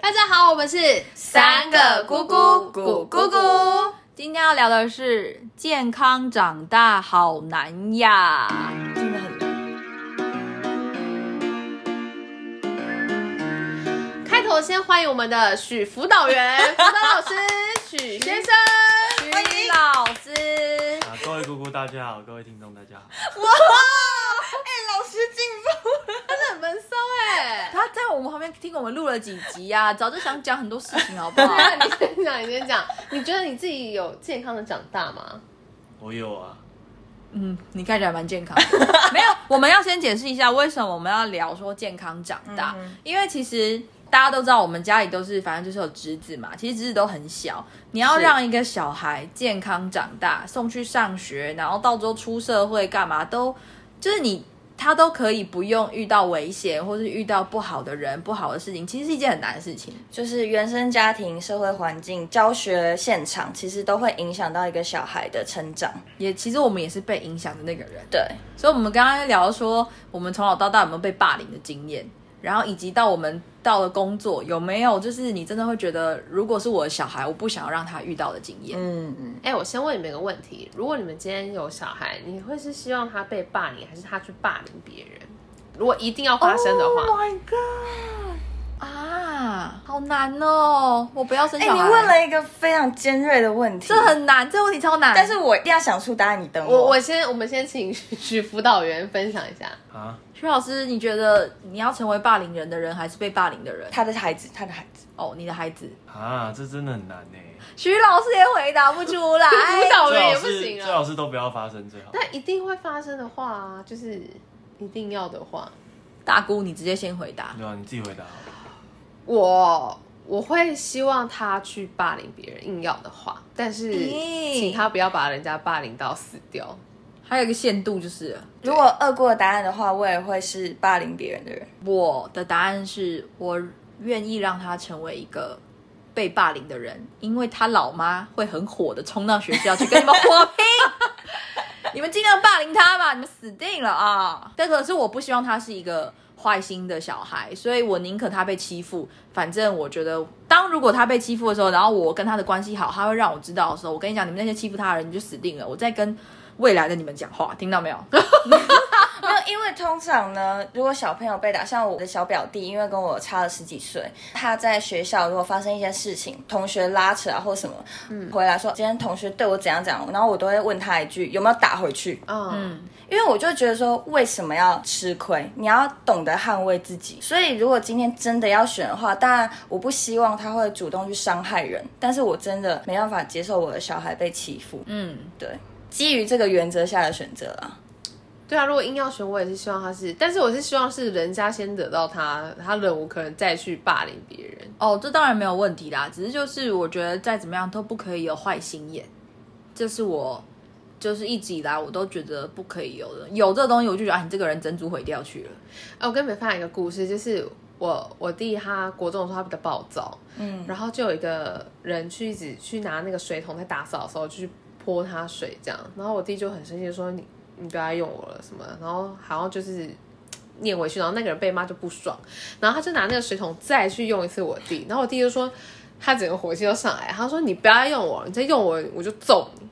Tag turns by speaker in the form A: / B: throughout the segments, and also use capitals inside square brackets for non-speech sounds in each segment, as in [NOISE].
A: 大家好，我们是
B: 三个姑姑
A: 姑姑
B: 姑姑
A: 姑
B: 姑。
C: 今天要聊的是健康长大好难呀，真的很 [LAUGHS] 难。
A: 开头先欢迎我们的许辅导员、 [LAUGHS] 辅导老师许先生。
C: 于老师，
D: [LAUGHS] 啊，各位姑姑大家好，各位听众大家好。
A: 很闷骚哎。
C: 他在我们旁边听我们录了几集呀、早就想讲很多事情，好不好？
A: 你先讲，你先讲，你觉得你自己有健康的长大吗？
D: 我有啊，
C: 嗯，你看起来蛮健康的。 [LAUGHS] 没有，我们要先解释一下为什么我们要聊说健康长大，因为其实。大家都知道，我们家里都是反正就是有侄子嘛，其实侄子都很小。你要
A: 是
C: 让一个小孩健康长大，送去上学，然后到时候出社会干嘛都，就是你他都可以不用遇到危险，或是遇到不好的人、不好的事情，其实是一件很难的事情。
B: 就是原生家庭、社会环境、教学现场，其实都会影响到一个小孩的成长。
C: 也其实我们也是被影响的那个人。
B: 对，
C: 所以我们刚刚聊说，我们从小到大有没有被霸凌的经验，然后以及到我们到了工作，有没有就是你真的会觉得，如果是我的小孩，我不想要让他遇到的经验。
B: 嗯嗯，
A: 哎、我先问你们一个问题：如果你们今天有小孩，你会是希望他被霸凌，还是他去霸凌别人？如果一定要发生的话
C: Oh my god！啊，好难哦，我不要生
B: 哎、
C: 小孩。
B: 你问，了一个非常尖锐的问题，
C: 这很难，这问题超难。
B: 但是我一定要想出答案，你等
A: 我
B: 我。
A: 我先，我们先请许许辅导员分享一下。
D: 啊，
C: 徐老师，你觉得你要成为霸凌人的人，还是被霸凌的人？
B: 他的孩子，他的孩子，
C: 哦，你的孩 [LAUGHS] 子，
D: 啊，这真的很难呢。
C: 徐老师也回答不出来。
A: 辅导
D: 哎最
A: 员
D: 好
A: 也不
D: 是
A: 行
D: 最
A: 啊
D: 好。是都不要发生最好。
A: 但一定会发生的话啊，就是一定要的话，
C: 大姑，你直接先回答。
D: 对啊，你自己回答好了。
A: 我我会希望他去霸凌别人，硬要的话，但是
C: 咦
A: 请他不要把人家霸凌到死掉。
C: 还有一个限度就是了。
B: 如果二过的答案的话，我也会是霸凌别人的人。
C: 我的答案是我愿意让他成为一个被霸凌的人，因为他老妈会很火的冲到学校去跟你们火拼。你们尽量霸凌他吧，你们死定了啊！但可是我不希望他是一个坏心的小孩，所以我宁可他被欺负。反正我觉得，当如果他被欺负的时候，然后我跟他的关系好，他会让我知道的时候，我跟你讲，你们那些欺负他的人，你就死定了。我在跟未来的你们讲话，听到没有？
B: 没有， [LAUGHS] 因为通常呢，如果小朋友被打，像我的小表弟，因为跟我差了十几岁，他在学校如果发生一些事情，同学拉扯啊或什么，回来说今天同学对我怎样怎样，然后我都会问他一句有没有打回去，
A: 嗯，
B: 因为我就觉得说为什么要吃亏，你要懂得捍卫自己。所以如果今天真的要选的话，当然我不希望他会主动去伤害人，但是我真的没办法接受我的小孩被欺负。
C: 嗯，
B: 对，基于这个原则下的选择啦。
A: 对啊，如果硬要选，我也是希望他是，但是我是希望是人家先得到他，他忍无可忍再去霸凌别人。
C: 哦，这当然没有问题啦，只是就是我觉得再怎么样都不可以有坏心眼，这是我就是一直以来我都觉得不可以有的，有这东西我就觉得啊，你这个人珍珠毁掉去了。
A: 哎、我跟你们分享一个故事，就是我我弟他国中的时候他比较暴躁，嗯，然后就有一个人去一直去拿那个水桶在打扫的时候就去泼他水这样，然后我弟就很生气地说你你不要再用我了什么的，然后好像就是。念回去，然后那个人被骂就不爽，然后他就拿那个水桶再去用一次我弟，然后我弟就说他整个火气都上来，他说你不要再用我了，你再用我我就揍你，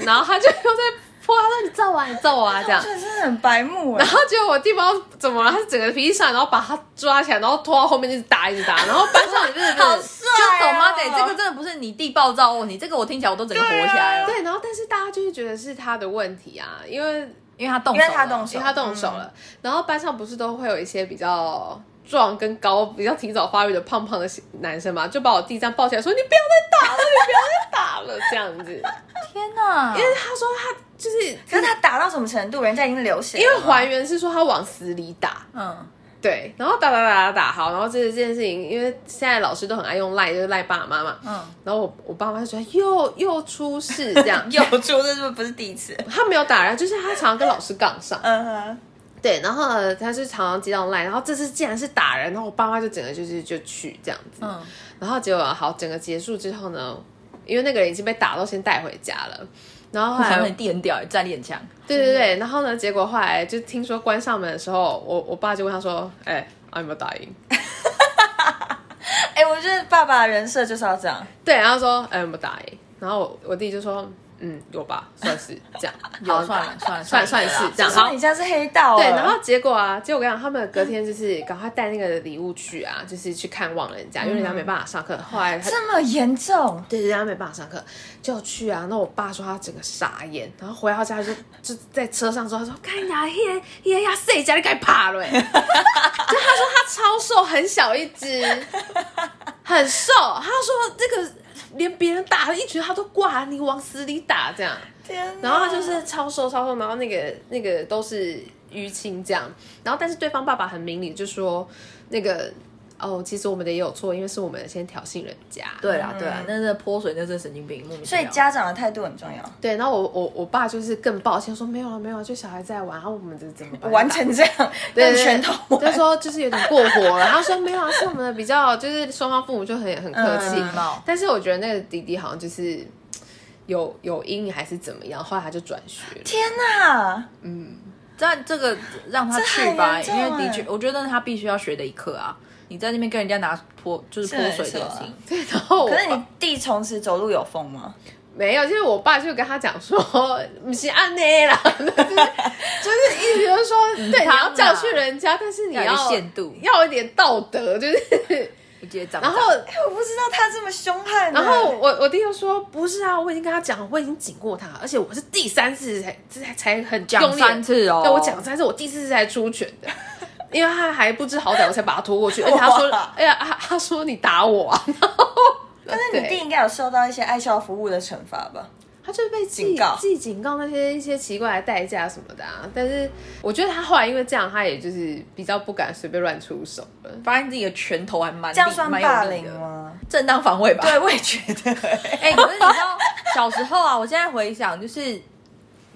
A: [LAUGHS] 然后他就又在泼，他说你揍啊你揍啊这样，
B: [LAUGHS] 真的是很白目哎、
A: 然后结果我弟不知道怎么了，他是整个脾气上来，然后把他抓起来，然后拖到后面一直打，一直打，然后班上就是
C: 好
B: 帅
C: 就懂吗？
B: 哦
C: 得这个真的不是你弟暴躁哦，你这个我听起来我都整个火起来
A: [LAUGHS]
C: 了，
A: 对，啊然后但是大家就会觉得是他的问题啊，因为
C: 因为他动手
B: 因
C: 了，
B: 为他动手
A: 因为他动手了，然后班上不是都会有一些比较。壮跟高比较提早发育的胖胖的男生嘛，就把我弟这样抱起来说：“你不要再打了，你不要再打了。”这样子，
C: 天哪！因为
A: 他说他就是
B: 可是他打到什么程度，人家已经流血了
A: 因
B: 吗，，
A: 为还原是说他往死里打，
C: 嗯，
A: 对，然后打打打打打好，然后这这件事情，因为现在老师都很爱用赖，就是赖爸妈嘛。
C: 嗯，
A: 然后我我爸妈就说又又出事这样
C: [LAUGHS]
B: 有出，这是不是不是第一次？
A: 他没有打人，就是他常常跟老师杠上。
B: 嗯哼，
A: 对，然后呢他就常常接到赖，然后这次竟然是打人，然后我爸妈就整个就是就去这样子。
C: 嗯，
A: 然后结果好，整个结束之后呢，因为那个人已经被打到先带回家了，然后后
C: 反
A: 来
C: 正你弟很屌，战力很强，
A: 对对对，然后呢，结果后来就听说关上门的时候，我我爸就问他说：“哎、啊有没有打赢？”
B: 哎、我觉得爸爸的人设就是要这样，
A: 对，然后说，哎、有没有打赢？然后我我弟就说，嗯，有吧，算是这样，好
C: [LAUGHS] 有算了 [LAUGHS] 算了
A: 算
C: 算
A: 算
C: 了
A: 是
C: 啦
A: 这样，
B: 说
A: 好
B: 你。家是黑道。
A: 对，然后结果啊，结果我跟你讲，他们隔天就是赶快带那个礼物去啊，就是去看望人家，因为人家没办法上课。后来他
B: 这么严重，
A: 对，人家没办法上课，就去啊。那我爸说他整个傻眼，然后回到家就就在车上说，他说：“啊看呀，耶耶呀，谁家你该爬了欸？” [LAUGHS] 就他说他超瘦，很小一只，很瘦。他说这个连别人打了一拳他都挂，你往死里打这样。
B: 天哪！
A: 然后他就是超瘦超瘦，然后那个那个都是淤青这样，然后但是对方爸爸很明理，就说那个哦，其实我们的也有错，因为是我们先挑衅人家。
C: 对啦对啦，
A: 嗯
C: 那那泼水那真神经病，莫名其
B: 所
C: 妙
B: 以家长的态度很重要，
A: 对，然后我我我爸就是更抱歉说没有了没有了，就小孩在玩，然啊后我们这怎么办？
B: 完成这样，
A: 对
B: 用
A: 对
B: 拳头
A: 对他
B: 玩。
A: 说就是有点过火了，他说没有啊，是我们的比较，就是双方父母就很很客气、
B: 嗯
C: 貌
A: 但是我觉得那个弟弟好像就是有有阴影还是怎么样，后来他就转学了。
B: 天哪！
C: 但这个让他去吧，
B: 这
C: 因
B: 很严
C: 为
B: 重
C: 的确
B: 哎，
C: 我觉得那是他必须要学的一课啊。你在那边跟人家拿泼，就是
B: 是
C: 泼水
B: 是
C: 的
B: 啊
C: 心，
A: 对，然后我
B: 可是
A: 爸
B: 你弟从此走路有风吗？
A: 没有，就是我爸就跟他讲说，不是按内啦， [LAUGHS] 就是就是意思就是说，
B: 嗯
A: 对，你要教训人家，但是你
C: 要
A: 要
C: 有限度
A: 要有一点道德，就是。
C: 我觉得长不
A: 然后
C: 长，
B: 哎，我不知道他这么凶悍呢。
A: 然后我我弟就说，不是啊，我已经跟他讲，我已经警过他，而且我是第三次才才才很
C: 讲
A: 用力
C: 三次哦
A: 对我讲三次，我第四次才出拳的。 [LAUGHS] 因为他还不知好歹，我才把他拖 [LAUGHS] 过去。而且他说
B: 哇：“
A: 哎呀，他他说你打我啊！” [LAUGHS] 然后，但
B: 那你弟应该有受到一些爱校服务的惩罚吧？
A: 他就是被记
B: 警告
A: 记警告那些一些奇怪的代价什么的啊。但是我觉得他后来因为这样，他也就是比较不敢随便乱出手了。
C: 发现自己的拳头还蛮
B: 这样算
C: 蛮有力
B: 霸
C: 的
B: 凌？吗？
C: 正当防卫吧。
B: 对，我也觉得。
C: 哎、可是你知道，小时候啊，我现在回想，就是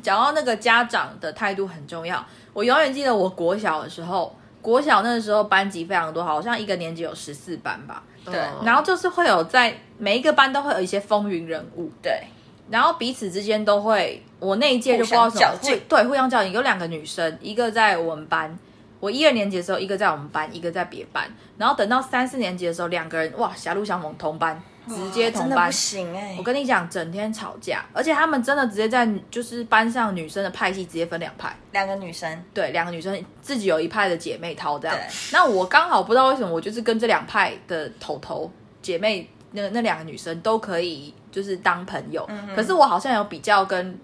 C: 讲到那个家长的态度很重要。我永远记得我国小的时候，国小那个时候班级非常多，好像一个年级有十四班吧。
A: 对
C: 然后就是会有在每一个班都会有一些风云人物，
B: 对，
C: 然后彼此之间都会，我那一届就不知道怎么
B: 互相较劲
C: 会对互相较劲，有两个女生，一个在我们班，我一二年级的时候一个在我们班，一个在别班，然后等到三四年级的时候，两个人哇狭路相逢同班，直接
B: 真
C: 同
B: 的不
C: 班，
B: 行哎。
C: 我跟你讲，整天吵架，而且他们真的直接在就是班上女生的派系直接分两派，
B: 两个女生，
C: 对，两个女生自己有一派的姐妹淘这样
B: 对。
C: 那我刚好不知道为什么，我就是跟这两派的头头姐妹那那两个女生都可以就是当朋友，
A: 嗯
C: 可是我好像有比较跟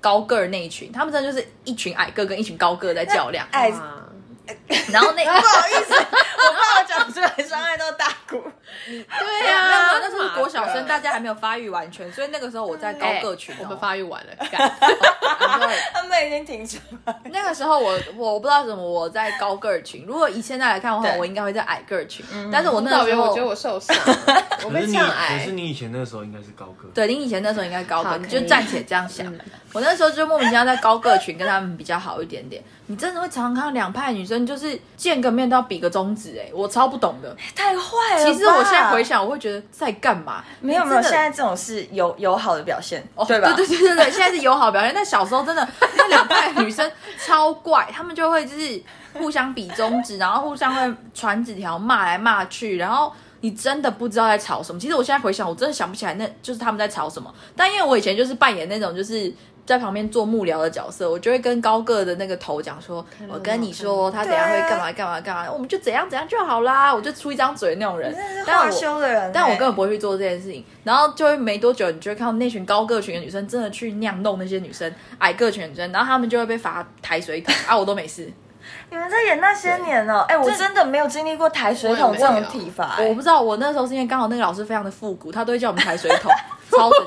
C: 高个儿那一群，他们真的就是一群矮个跟一群高个在较量，
B: 哎，
A: 哇
C: [LAUGHS]
A: [LAUGHS]
C: 然后那
B: [LAUGHS]
A: 啊
B: 不好意思，我怕我讲出来伤害到大姑。
A: 对啊
C: 没有没
A: 呀、
C: 有，那是国小生，大家还没有发育完全，所以那个时候我在高
A: ，Oh 哎
C: 个群哦、
A: 啊我们发育完了，干 [LAUGHS]
C: I'm sorry
B: [LAUGHS] 他们已经停止了。
C: [LAUGHS] 那个时候我我不知道怎么我在高个儿群，如果以现在来看的话，
B: 对
C: 我应该会在矮个儿群。
A: 嗯
C: 但是我那
A: 导
C: 个时
A: 游，
C: 候，
A: 我觉得我受伤， [LAUGHS] 我
D: 可
A: 被
D: 是你，
A: 呛哎
D: 可
A: 矮
D: 是。你以前那时候应该是高个，
C: 对你以前那时候应该高个，
A: 好
C: 你
A: 可以
C: 就暂且这样想。
B: 嗯
C: 我那时候就莫名其妙在高个群跟他们比较好一点点。你真的会常常看到两派女生就是见个面都要比个中指、哎，我超不懂的。
B: 太坏了吧！
C: 其实我现在回想，我会觉得在干嘛？
B: 哎没有没有，
C: 真的
B: 现在这种是友友好的表现，
C: 哦
B: 对吧？
C: 对对对对对，现在是友好表现，但小时候真的那两派女生超怪，她们就会就是互相比中指，然后互相会传纸条骂来骂去，然后你真的不知道在吵什么。其实我现在回想，我真的想不起来那就是他们在吵什么。但因为我以前就是扮演那种就是。在旁边做幕僚的角色，我就会跟高个的那个头讲说：“
A: 到
C: 我跟你说，他等一下会干嘛干嘛干嘛，我们就怎样怎样就好啦。”我就出一张嘴的那种人
B: 你真的。是
C: 但我
B: 化修的人欸，
C: 但我根本不会去做这件事情。然后就会没多久，你就会看到那群高个群的女生真的去那样弄那些女生矮个群的女生，然后她们就会被罚抬水桶啊，我都没事，
B: 你们在演那些年哦，哎，我真的没有经历过抬水桶这种体罚，
C: 我
B: 哎
C: 不知道我那时候是因为刚好那个老师非常的复古，他都会叫我们抬水桶， [LAUGHS] 超神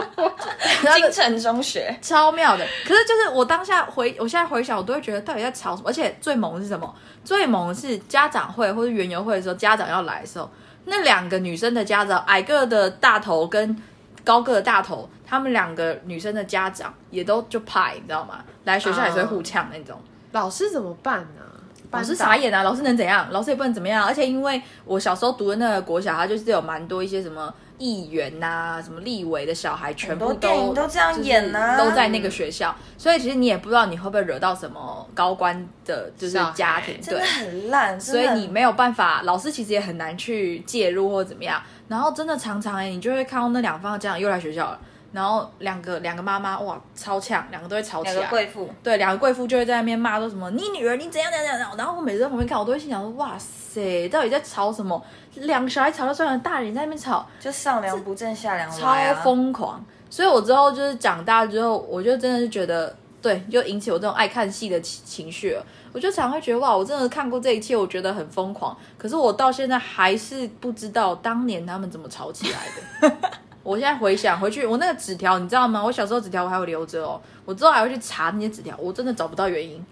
C: 奇，
B: [LAUGHS] 京城中学，
C: 超妙的。可是就是我当下回，我现在回想，我都会觉得到底在吵什么。而且最猛的是什么？最猛的是家长会或者园游会的时候，家长要来的时候，那两个女生的家长，矮个的大头跟高个的大头，他们两个女生的家长也都就派，你知道吗？来学校也是会互呛那种。
A: 老师怎么办呢、班
C: 老师
A: 导
C: 傻眼啊！老师能怎样？老师也不能怎么样。而且因为我小时候读的那个国小，它啊就是有蛮多一些什么议员呐、什么立委的小孩，全部
B: 很多电影
C: 都
B: 都这样演啊
C: 就是都在那个学校。所以其实你也不知道你会不会惹到什么高官的，就是
A: 小孩
C: 家庭
B: 真
C: 对
B: 的。很烂，
C: 所
B: 所
C: 以你没有办法，老师其实也很难去介入或怎么样。然后真的常常哎、你就会看到那两方的家长又来学校了，然后两个两个妈妈哇超呛，两个都会吵起
B: 两
C: 来。
B: 个哎贵妇，
C: 对，两个贵妇就会在那边骂，说什么你女儿你怎样怎样怎样。然后我每次在旁边看，我都会心想说，哇塞，到底在吵什么？两个小孩吵就算了，大人在那边吵，
B: 就上梁不正下梁
C: 超
B: 歪啊，
C: 疯狂。所以我之后就是长大之后，我就真的是觉得，对，就引起我这种爱看戏的情情绪了。我就常会觉得，哇，我真的看过这一切，我觉得很疯狂。可是我到现在还是不知道当年他们怎么吵起来的。我现在回想回去，我那个纸条你知道吗？我小时候纸条我还有留着哦，我之后还会去查那些纸条，我真的找不到原因，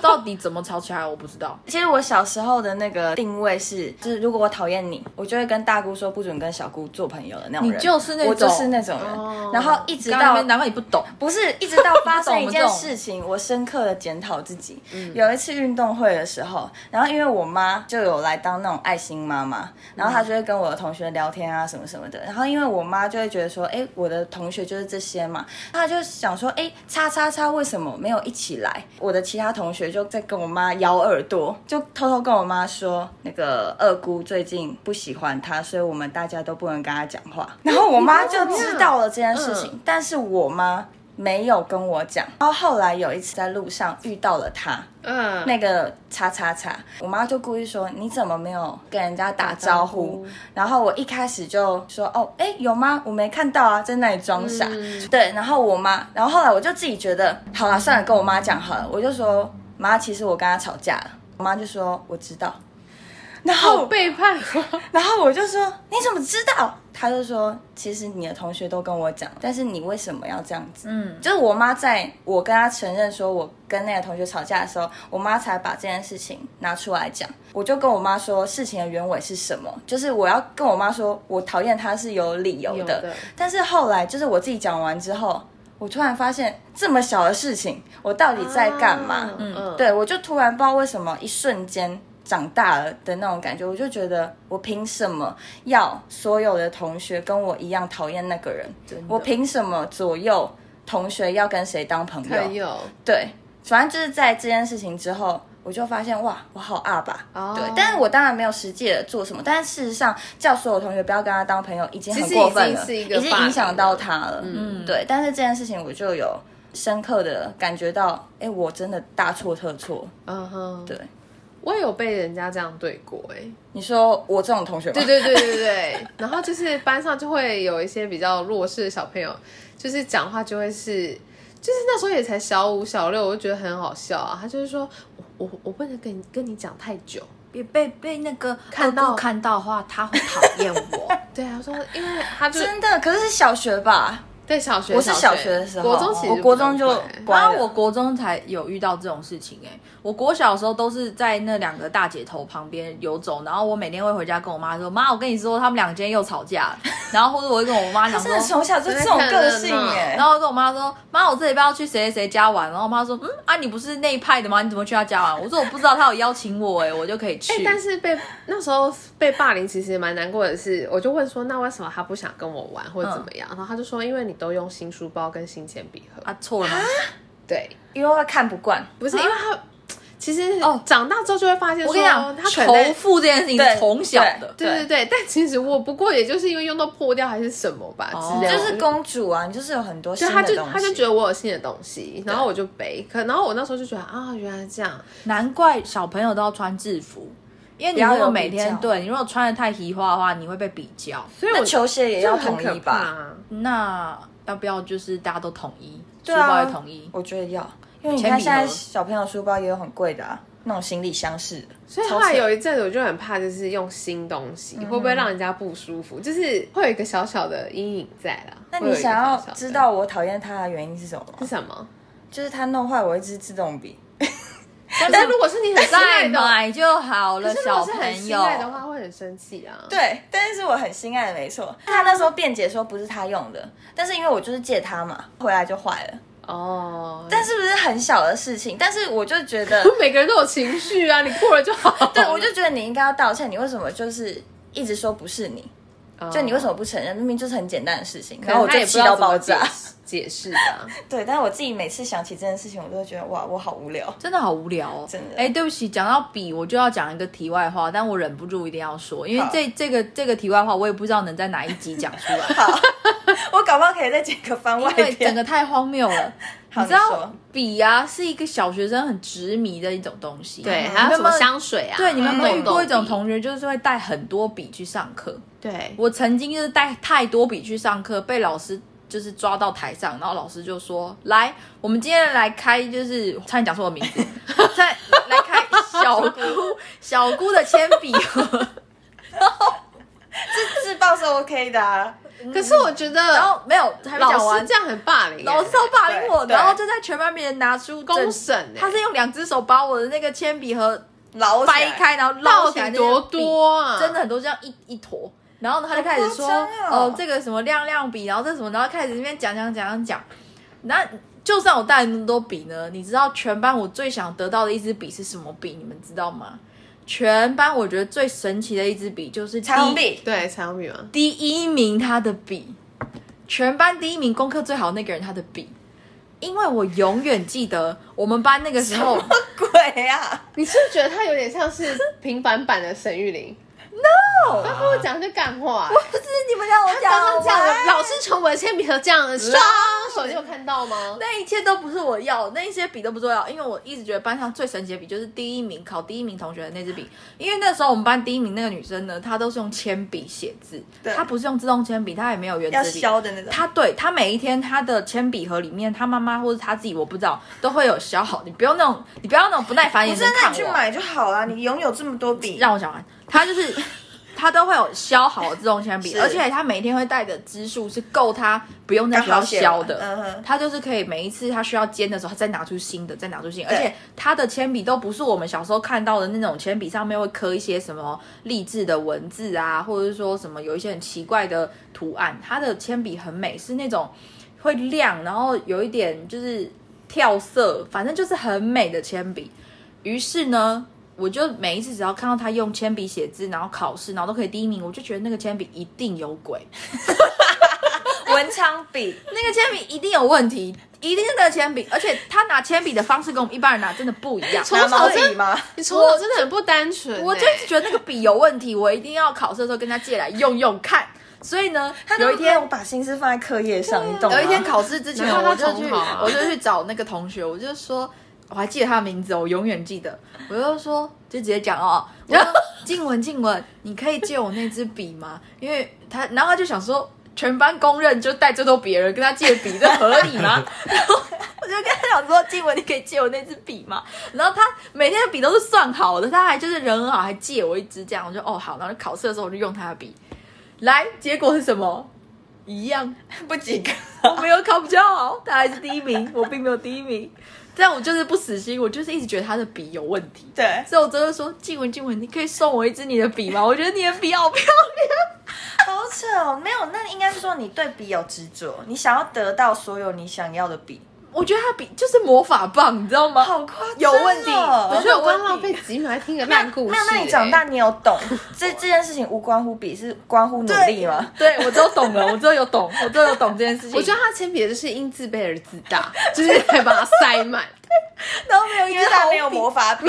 C: 到底怎么吵起来我不知 [LAUGHS] 道。
B: 其实我小时候的那个定位是，就是如果我讨厌你，我就会跟大姑说不准跟小姑做朋友的那种人。
C: 你就是那种
B: 我就是那种人。
A: 哦
B: 然后一直
C: 刚刚那
B: 到
C: 边难怪你不懂，
B: 不是一直到发生一件
C: 我不懂
B: 事情，我深刻的检讨自己。有一次运动会的时候，然后因为我妈就有来当那种爱心妈妈，然后她就会跟我的同学聊天啊什么什么的。然后因为我妈就会觉得说，哎，我的同学就是这些嘛，她就想说，哎，叉叉叉为什么没有一起来？我的其他同学就在跟我妈咬耳朵，就偷偷跟我妈说，那个二姑最近不喜欢她，所以我们大家都不能跟她讲话。然后我妈就知道了这件事情，但是我妈没有跟我讲。然后后来有一次在路上遇到了她，
A: 嗯，
B: 那个叉叉叉，我妈就故意说你怎么没有跟人家打招呼？然后我一开始就说哦，哎有吗？我没看到啊，在那里装傻。对，然后我妈，然后后来我就自己觉得好了，算了，跟我妈讲好了，我就说妈，其实我跟她吵架了。我妈就说我知道，然后
A: 好背叛，
B: 然后我就说你怎么知道？他就说其实你的同学都跟我讲，但是你为什么要这样子？嗯，就是我妈在我跟她承认说我跟那个同学吵架的时候，我妈才把这件事情拿出来讲。我就跟我妈说事情的原委是什么，就是我要跟我妈说我讨厌她是有理由的。
A: 有的
B: 但是后来就是我自己讲完之后，我突然发现这么小的事情，我到底在干嘛？
A: 啊
B: 嗯。
A: 嗯，
B: 对，我就突然不知道为什么，一瞬间长大了的那种感觉，我就觉得我凭什么要所有的同学跟我一样讨厌那个人？我凭什么左右同学要跟谁当朋友？
A: 朋友，
B: 对，反正就是在这件事情之后。我就发现哇，我好阿吧
A: 哦
B: 对，但是我当然没有实际的做什么，但是事实上叫所有同学不要跟他当朋友，已经很
A: 其实
B: 过分了，
A: 已经是一个霸凌
B: 影响到他了，
A: 嗯
B: 嗯，对。但是这件事情我就有深刻的感觉到，哎，我真的大错特错，
A: 嗯哼，
B: 对，
A: 我也有被人家这样对过哎、
B: 你说我这种同学吗？
A: 对对对对对， [LAUGHS] 然后就是班上就会有一些比较弱势的小朋友，就是讲话就会是，就是那时候也才小五小六，我就觉得很好笑啊。他就是说我我我不能跟你跟你讲太久，
C: 别被被那个
A: 看到
C: 恶棍看到的话，他会讨厌我。
A: 对啊，我说因为他就
B: 真的，可是是小学吧？
A: 对小学，
B: 我是
A: 小
B: 小学的时候
A: 国中其实
B: 我国中就
A: 不太会
B: 乖
C: 啊，
B: 了
C: 我国中才有遇到这种事情哎、我国小的时候都是在那两个大姐头旁边游走，然后我每天会回家跟我妈说：“妈，我跟你说，他们俩今天又吵架
B: [LAUGHS]
C: 了。”然后或者我会跟我妈讲
B: 真的
C: 说。
B: 从小就这种个
A: 真
B: 性
A: 的看
B: 耶
C: 然。后我跟我妈说：“妈，我这礼拜要去谁谁谁家玩。”然后我妈说：“嗯啊，你不是那一派的吗？你怎么去他家玩？”我说：“我不知道，他有邀请我哎、我就可以去。
A: 哎、但是被那时候被霸凌，其实蛮难过的是，我就问说，那为什么他不想跟我玩，或者怎么
B: 嗯
A: 样？然后他就说，因为你都用新书包跟新铅笔盒。
C: 啊，错了吗？
A: 对，
B: 因为会看不惯，
A: 不是因为他，其实
C: 哦
A: 长大之后就会发现说，
C: 我跟你讲，
A: 他可能在
C: 仇富这件事情
B: 对
C: 是从小的，
A: 对对对，但其实我不过也就是因为用到破掉还是什么吧，
C: 哦
A: 之类的
B: 就是公主啊，你就是有很多
A: 就
B: 新的
A: 他
B: 东西。
A: 就他就觉得我有新的东西，然后我就背，可然后我那时候就觉得啊，原来这样，
C: 难怪小朋友都要穿制服，因为你
B: 不要
C: 如果
B: 有
C: 每
B: 比
C: 天
B: 较
C: 对你如果穿的太奇花的话，你会被比较。
A: 所以我
B: 那球鞋也
A: 就
B: 要
A: 很
B: 统
A: 可
B: 一
A: 怕
B: 吧？
A: 啊。
C: 那要不要就是大家都统一，
B: 对
C: 书包
B: 啊
C: 也统一？
B: 我觉得要，因为你
C: 铅
B: 看
C: 笔
B: 现在
C: 盒
B: 小朋友书包也有很贵的啊，那种行李箱式的。
A: 所以后
B: 超
A: 来
B: 扯
A: 有一阵子我就很怕，就是用新东西、
C: 嗯
A: 会不会让人家不舒服，就是会有一个小小的阴影在啦。
B: 那
A: 会有
B: 你
A: 一个
B: 想要
A: 小小的
B: 知道我讨厌他的原因是什么吗？
A: 是什么？
B: 就是他弄坏我一支自动笔。
A: 但是如果是你很心爱
C: 再
A: 的，
C: 买就好
A: 可
C: 了，
A: 是如
C: 小
A: 果是很
C: 朋
A: 心
C: 友。
A: 爱的话，会很生气啊。
B: 对，但是我很心 [LAUGHS] 爱的，没错。他那时候辩解说不是他用的，但是因为我就是借他嘛，回来就坏了。
A: 哦，
B: 但是不是很小的事情？但是我就
A: [LAUGHS]
B: 觉得，
A: 每个人都有情绪啊，你过了就好。
B: 对我就觉得你应该要道歉，你为什么就是一直说不是你？就你为什么不承认？明明就是很简单的事情，然后我
A: 他
B: 就
A: 也不知
B: 气
A: 道
B: 到
A: 怎么
B: 爆
A: 解
B: 炸。
A: 释解释啊，
B: 对，但是我自己每次想起这件事情，我都会觉得哇，我好无聊。 [LAUGHS]
C: 真的好无聊哦，
B: 真的
C: 哎，对不起，讲到笔，我就要讲一个题外话，但我忍不住一定要说，因为
B: 好
C: 这这个这个题外话，我也不知道能在哪一集讲出
B: [LAUGHS]
C: 来。
B: 好，我搞不好可以再剪个番外
C: 因为整
B: 篇。
C: 个太荒谬了。
B: 好
C: 你知
B: 你
C: 道
B: 说
C: 笔啊是一个小学生很执迷的一种东西。
A: 对，
C: 嗯
A: 还
C: 你
A: 有什
C: 们有
A: 么
C: 没有？
A: 香水啊？
C: 对，你们有没有遇
A: 痘痘
C: 过一种
A: 笔
C: 同学，就是会带很多笔去上课？
A: 对，
C: 我曾经就是带太多笔去上课，被老师就是抓到台上，然后老师就说：“来，我们今天来开，就是差点讲错我名字， [LAUGHS] 再来开小姑小姑的铅笔盒。
B: 自爆是 OK 的啊，
A: 可是我觉”
C: 嗯然
A: 得
C: 后没有，还没
A: 老
C: 讲完
A: 师，这样很霸凌欸，
C: 老师都霸凌我，
B: 对
C: 然后就在全班面前拿出整
A: 公审欸
C: 他是用两只手把我的那个铅笔盒
B: 老
C: 掰，开，然后
A: 到
C: 捞起来
A: 底
C: 那些
A: 多
C: 笔
A: 多啊？
C: 真的很多这样一一坨。然后呢，他就开始说，
B: 好夸
C: 哦、
B: 张哦
C: 这个什么亮亮笔，然后这什么，然后开始这边讲讲讲讲讲。那就算我带了那么多笔呢，你知道全班我最想得到的一支笔是什么笔？你们知道吗？全班我觉得最神奇的一支笔就是第
B: 彩虹笔。
A: 对，彩虹笔吗？
C: 第一名他的笔，全班第一名功课最好那个人他的笔，因为我永远记得我们班那个时候。
B: [LAUGHS] 鬼啊！
A: 你是不是觉得他有点像 [LAUGHS] 是平凡版的沈玉琳？No，他跟我讲就干话欸。
C: 不是你们让我
A: 他
C: 讲
A: 刚刚
C: 好吗
A: 讲老师从我的铅笔盒这样刷，手机有看到吗？
C: 那一切都不是我要，那一些笔都不是我要，因为我一直觉得班上最神奇的笔就是第一名考第一名同学的那支笔，
B: 嗯
C: 因为那时候我们班第一名那个女生呢，她都是用铅笔写字，
B: 对
C: 她不是用自动铅笔，她也没有圆
B: 要
C: 珠笔。
B: 削的那种，
C: 她对她每一天她的铅笔盒里面，她妈妈或者她自己我不知道都会有削好，你不用那种，你不要那种不耐烦
B: 不
C: 眼
B: 是
C: 神
B: 那
C: 看
B: 你去
C: 我，
B: 买就好啦。你拥有这么多笔，
C: 让我讲完，她
B: [LAUGHS]
C: 就是。她都会有削好的自动铅笔，
B: 是
C: 而且她每天会带的支数是够她不用再
B: 刚
C: 需要
B: 好写
C: 削
B: 完
C: 的。
B: 嗯哼，
C: 他就是可以每一次他需要尖的时候，他再拿出新的，再拿出新的，而
B: 对
C: 且他的铅笔都不是我们小时候看到的那种铅笔，上面会刻一些什么励志的文字啊，或者是说什么有一些很奇怪的图案。他的铅笔很美，是那种会亮，然后有一点就是跳色，反正就是很美的铅笔。于是呢，我就每一次只要看到他用铅笔写字，然后考试，然后都可以第一名，我就觉得那个铅笔一定有鬼。
B: 文昌 [LAUGHS] 笔，
C: 那个铅笔一定有问题，一定是那个铅笔，而且他拿铅笔的方式跟我们一般人拿真的不一样。
A: 从
B: 拿毛
A: 小真
B: 笔吗？
A: 你从我真的很不单纯欸，
C: 我就觉得那个笔有问题，我一定要考试的时候跟他借来用用看。所以呢，有一天
B: 我把心思放在课业上，你懂吗？
C: 有一天考试之前，
A: 难
C: 我
A: 怪
C: 就
A: 啊他
C: 去
A: 重考啊
C: 我就去找那个同学，我就说我还记得他的名字哦，我永远记得。我就说就直接讲哦，我说静雯静雯，你可以借我那支笔吗？因为他，然后他就想说。全班公认就带最多别人跟他借笔，这合理
A: [LAUGHS]
C: 吗？然后我就跟他讲说：“静雯，你可以借我那支笔吗？”然后他每天的笔都是算好的，他还就是人很好，还借我一支这样。我就哦好，然后考试的时候我就用他的笔。来，结果是什么？一样，
B: [LAUGHS] 不及格，
C: [LAUGHS] 我没有考比较好，他还是第一名，我并没有第一名。 [LAUGHS] 但我就是不死心，我就是一直觉得他的笔有问题，
B: 对，
C: 所以我真的说静雯，静雯，你可以送我一支你的笔吗？我觉得你的笔好漂
B: 好扯哦。没有，那应该是说你对笔有执着，你想要得到所有你想要的笔，
C: 亮， [LAUGHS] 我觉得他笔就是魔法棒，你知道吗？
B: 好夸张哦
C: 有问题
A: 我
C: 我
A: 觉
C: 就
A: 得
C: 有
A: 我
C: 问
A: 刚
C: 题
A: 浪费几秒在听个
B: 那
A: 烂故事
B: 没
A: 欸。
B: 有，那你长大你有懂这这件事情无关乎笔，是关乎努力吗？
C: 对我都懂了，我都有懂，我都有懂这件事
A: [LAUGHS]
C: 情。
A: 我觉得他铅笔就是因自卑而自大，就是还把它塞满。
C: 然后没有一
B: 因
C: 支
B: 为他
C: 好
B: 没有
C: 笔
B: 魔法笔，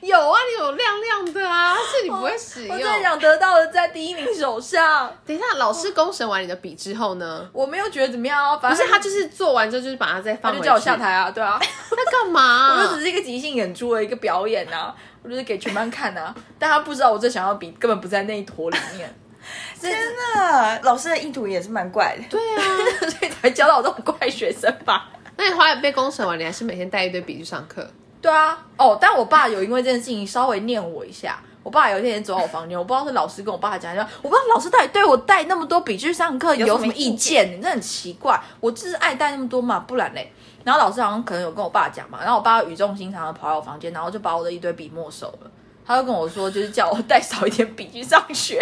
A: 有啊，你有亮亮的啊，是你不会使用
C: 我。真的想得到的在第一名手上，
A: 等一下，老师公审完你的笔之后呢？
C: 我没有觉得怎么样啊，
A: 不
C: 反
A: 是
C: 正
A: 他就是做完之后就是把它再
C: 他
A: 放回
C: 就
A: 去。
C: 叫我下台啊，对啊。
A: 那干嘛、
C: [LAUGHS] 我就只是一个即兴演出的一个表演啊，我就是给全班看啊，但他不知道我最想要的笔根本不在那一坨里面，
B: [LAUGHS] 天哪！老师的意图也是蛮怪的。
A: 对啊，
C: [LAUGHS] 所以才教到我这种怪学生吧。
A: 那你后来被公审完，你还是每天带一堆笔去上课？
C: 对啊，哦，但我爸有因为这件事情稍微念我一下。我爸有一天也走到我房间，我不知道是老师跟我爸讲，就我不知道老师到底对我带那么多笔去上课
B: 有
C: 有
B: 什
C: 什
B: 么
C: 么意见，你真的很奇怪。我就是爱带那么多嘛，不然嘞。然后老师好像可能有跟我爸讲嘛，然后我爸语重心长的跑到我房间，然后就把我的一堆笔没收了。他就跟我说，就是叫我 [LAUGHS] 带少一点笔去上学。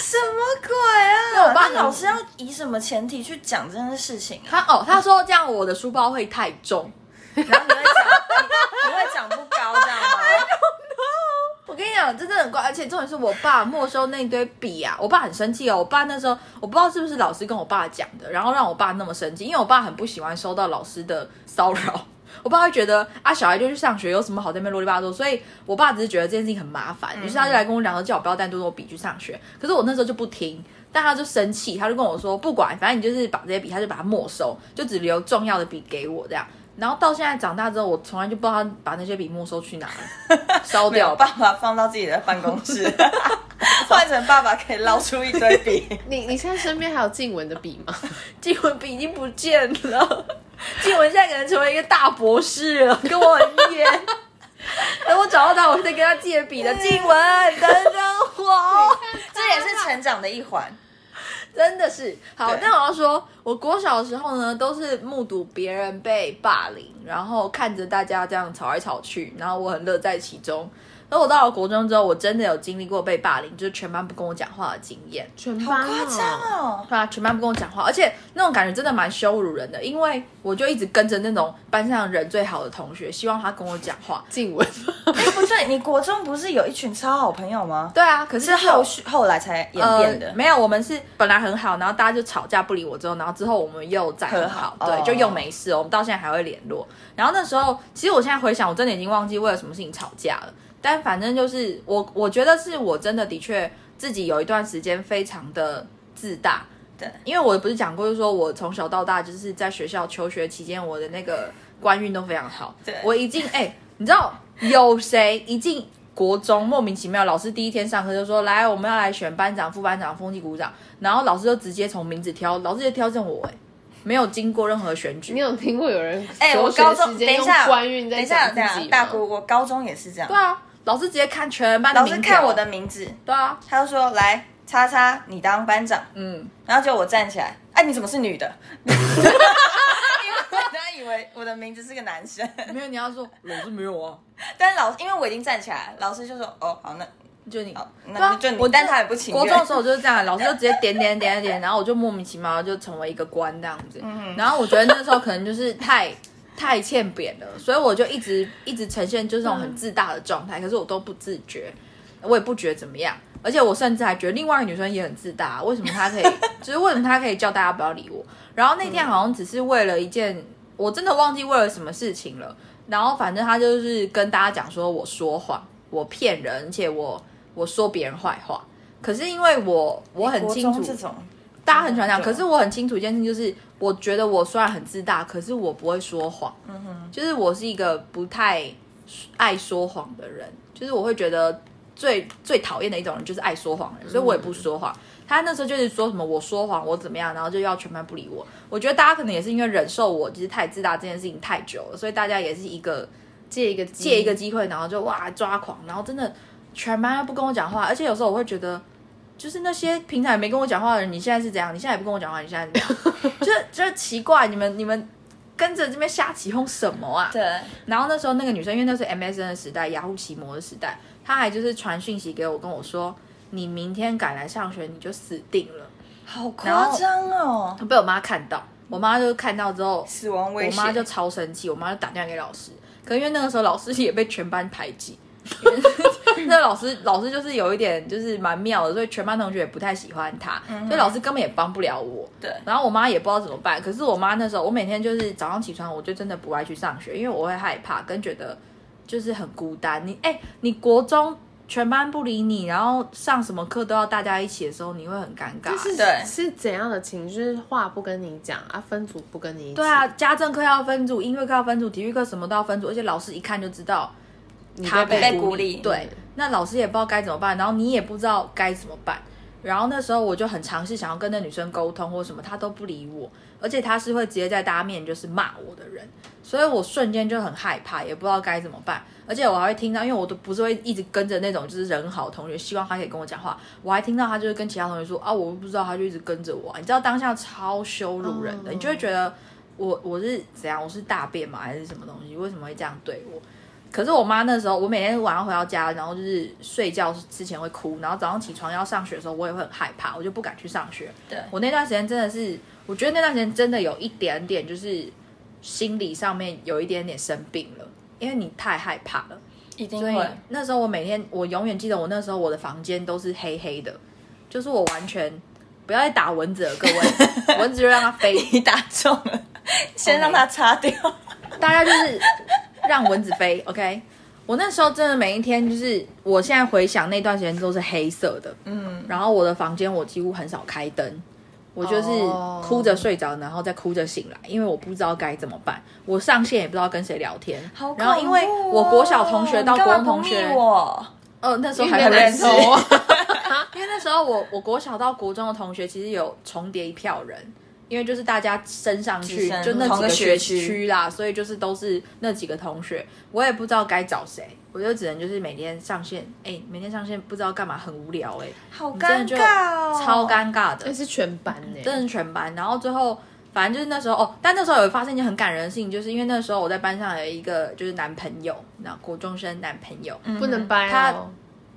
B: 什么鬼啊？
C: 那我爸
B: 那老师要以什么前提去讲这件事情啊？
C: 他哦，他说这样我的书包会太重，
B: 然后你会讲，你你会长不高这样吗？
C: 我跟你讲，这真的很怪，而且重点是我爸没收那一堆笔啊，我爸很生气哦。我爸那时候我不知道是不是老师跟我爸讲的，然后让我爸那么生气，因为我爸很不喜欢收到老师的骚扰。我爸会觉得啊，小孩就去上学，有什么好在那边啰里吧嗦？所以我爸只是觉得这件事情很麻烦，于是他就来跟我讲说，叫我不要带多多笔去上学。可是我那时候就不听，但他就生气，他就跟我说，不管，反正你就是把这些笔，他就把它没收，就只留重要的笔给我这样。然后到现在长大之后，我从来就不知道他把那些笔没收去哪了，烧
B: 没有
C: 掉吧
B: 办。法放到自己的办公室，换成爸爸可以捞出一堆笔。
A: 你你现在身边还有静雯的笔
B: [LAUGHS]
A: 吗？
C: [LAUGHS] 静雯笔已经不见了，静雯现在可能成为一个大博士了， [LAUGHS] 跟我很远。
B: [LAUGHS]
C: 等我找到他，我再跟他借笔的。静雯，等等我，
B: 这也是成长的一环。
C: 真的是好
B: 对。
C: 那我要说，我国小的时候呢，都是目睹别人被霸凌，然后看着大家这样吵来吵去，然后我很乐在其中。而我到了国中之后，我真的有经历过被霸凌，就是全班不跟我讲话的经验。
A: 全班
B: 夸张
A: 哦，
B: 哦！
C: 对啊，全班不跟我讲话，而且那种感觉真的蛮羞辱人的，因为我就一直跟着那种班上人最好的同学，希望他跟我讲话。
A: 静雯，
B: [LAUGHS] 哎，不对，你国中不是有一群超好朋友
C: [LAUGHS]
B: 吗？
C: 对啊，可
B: 是
C: 是
B: 后续后来才演变的
C: 呃。没有，我们是本来很好，然后大家就吵架不理我，之后然后之后我们又再和好，
B: 和好
C: 对，
B: 哦
C: 就又没事，我们到现在还会联络。然后那时候，其实我现在回想，我真的已经忘记为了什么事情吵架了，但反正就是我，我觉得是我真的的确自己有一段时间非常的自大。
B: 对，
C: 因为我不是讲过，就是说我从小到大就是在学校求学期间，我的那个官运都非常好。
B: 对
C: 我一进哎、你知道有谁一进国中莫名其妙，老师第一天上课就说来，我们要来选班长、副班长、风纪股长，然后老师就直接从名字挑，老师就挑中我哎、没有经过任何选举
B: 嗯
A: 你。有听过有人
B: 哎，我
A: 求学
B: 高中
A: 时
B: 等
A: 间
B: 一
A: 用
B: 下，哦
A: 官
B: 等
A: 运
B: 一
A: 在讲
B: 下，
A: 自
B: 等一
A: 己
B: 下，大
A: 吗
B: 姑，我高中也是这样
C: 对。啊，老师直接看全班的
B: 老
C: 名
B: 师
C: 条
B: 看我的名字，
C: 对啊，
B: 他就说：“来，叉叉，你当班长。”
C: 嗯，
B: 然后就我站起来，哎、你怎么是女的？ [LAUGHS] 因为他以为我的名字是个男生，
C: 没有你要说老师没有啊，
B: 但是老因为我已经站起来，老师就说：“哦，好，那
C: 就你。
B: 好，
C: 对
B: 那
C: 啊
B: 就你。
C: 我
B: 但他也不情
C: 国中的
B: 愿
C: 时。候我就是这样，老师就直接点点点点，然后我就莫名其妙就成为一个官这样子。
B: 嗯
C: 然后我觉得那时候可能就是太太欠扁了，所以我就一直一直呈现就是那种
B: 嗯
C: 很自大的状态，可是我都不自觉，我也不觉得怎么样。而且我甚至还觉得另外一个女生也很自大，为什么她可以？ [LAUGHS] 就是为什么她可以叫大家不要理我？然后那
B: 嗯
C: 天好像只是为了一件，我真的忘记为了什么事情了。然后反正她就是跟大家讲说我说谎，我骗人，而且我我说别人坏话。可是因为我我很
B: 哎国
C: 清
B: 中
C: 楚，
B: 这种，
C: 大家很喜欢讲，
B: 对啊
C: 可是我很清楚一件事情，就是我觉得我虽然很自大，可是我不会说谎。嗯哼，就是我是一个不太爱说谎的人，就是我会觉得最最讨厌的一种人就是爱说谎的人，所以我也不说
B: 嗯
C: 谎。他那时候就是说什么我说谎我怎么样，然后就要全班不理我。我觉得大家可能也是因为忍受我就是太自大这件事情太久了，所以大家也是一个
A: 借一个
C: 借一个机会，然后就哇抓狂，然后真的全班都不跟我讲话，而且有时候我会觉得，就是那些平常也没跟我讲话的人，你现在是怎样？你现在也不跟我讲话，你现在是怎样？ [LAUGHS] 就是就是奇怪，你们你们跟着这边瞎起哄什么啊？
B: 对，
C: 然后那时候那个女生，因为那是 MSN 的时代，雅虎奇摩的时代，她还就是传讯息给我，跟我说。你明天赶来上学，你就死定了。
B: 好夸张哦，
C: 被我妈看到，我妈就看到之后，
B: 死亡威
C: 我
B: 胁。
C: 妈就超生气，我妈就打电话给老师，可因为那个时候老师也被全班排挤。那老师老师就是有一点就是蛮妙的，所以全班同学也不太喜欢他，所以老师根本也帮不了我。
B: 对
C: 然后我妈也不知道怎么办。可是我妈那时候，我每天就是早上起床，我就真的不爱去上学，因为我会害怕跟觉得就是很孤单。你哎、你国中全班不理你，然后上什么课都要大家一起的时候，你会很尴尬。
A: 是
B: 对
A: 是怎样的情绪？就是话不跟你讲啊，分组不跟你一起
C: 对啊，，家政课要分组，音乐课要分组，体育课什么都要分组，而且老师一看就知道
A: 你
C: 他
A: 被
B: 被
C: 鼓
B: 鼓励
C: 对，那老师也不知道该怎么办，然后你也不知道该怎么办。然后那时候我就很尝试想要跟那女生沟通或什么，她都不理我，而且她是会直接在大家面前就是骂我的人，所以我瞬间就很害怕，也不知道该怎么办。而且我还会听到，因为我都不是会一直跟着那种就是人好的同学，希望他可以跟我讲话，我还听到他就是跟其他同学说啊，我不知道，他就一直跟着我啊、你知道当下超羞辱人的，你就会觉得我我是怎样，我是大便吗还是什么东西？为什么会这样对我？可是我妈那时候，我每天晚上回到家，然后就是睡觉之前会哭，然后早上起床要上学的时候，我也会很害怕，我就不敢去上学。
B: 对
C: 我那段时间真的是，我觉得那段时间真的有一点点，就是心理上面有一点点生病了，因为你太害怕了。
B: 一定
C: 所以
B: 会。
C: [LAUGHS] 那时候我每天，我永远记得我那时候我的房间都是黑黑的，就是我完全不要再打蚊子了，各位，蚊子就让它飞，
B: 你打中了，先让它擦掉。
C: 大家就是让蚊子飞，OK。我 [LAUGHS] 那时候真的每一天，就是我现在回想那段时间都是黑色的，
B: 嗯，
C: 然后我的房间我几乎很少开灯，我就是
A: 哦
C: 哭着睡着，然后再哭着醒来，因为我不知道该怎么办，我上线也不知道跟谁聊天，
B: 好恐怖哦
C: 然后因为我国小同学到
B: 你干
C: 国中
B: 嘛
C: 同学
B: 不，密我
C: 呃那时候
A: 还
C: 还不
A: 很
C: 认
A: 难
C: 识
A: 受，啊。
C: 因为那时候我我国小到国中的同学其实有重叠一票人，因为就是大家升上去
B: 直升
C: 就那
B: 同
C: 几
B: 个
C: 个学
B: 学区
C: 区啦，所以就是都是那几个同学，我也不知道该找谁，我就只能就是每天上线，哎、每天上线不知道干嘛，很无聊哎、
B: 好
C: 你
B: 尴
C: 真的就
B: 尬哦，
C: 超尴尬的
A: [LAUGHS] 那，是全班呢、
C: 真的全班。然后最后反正就是那时候哦，但那时候有发生一件很感人的事情，就是因为那时候我在班上有一个就是男朋友，那国中生男朋
B: 嗯
C: 友，
A: 不能掰哦。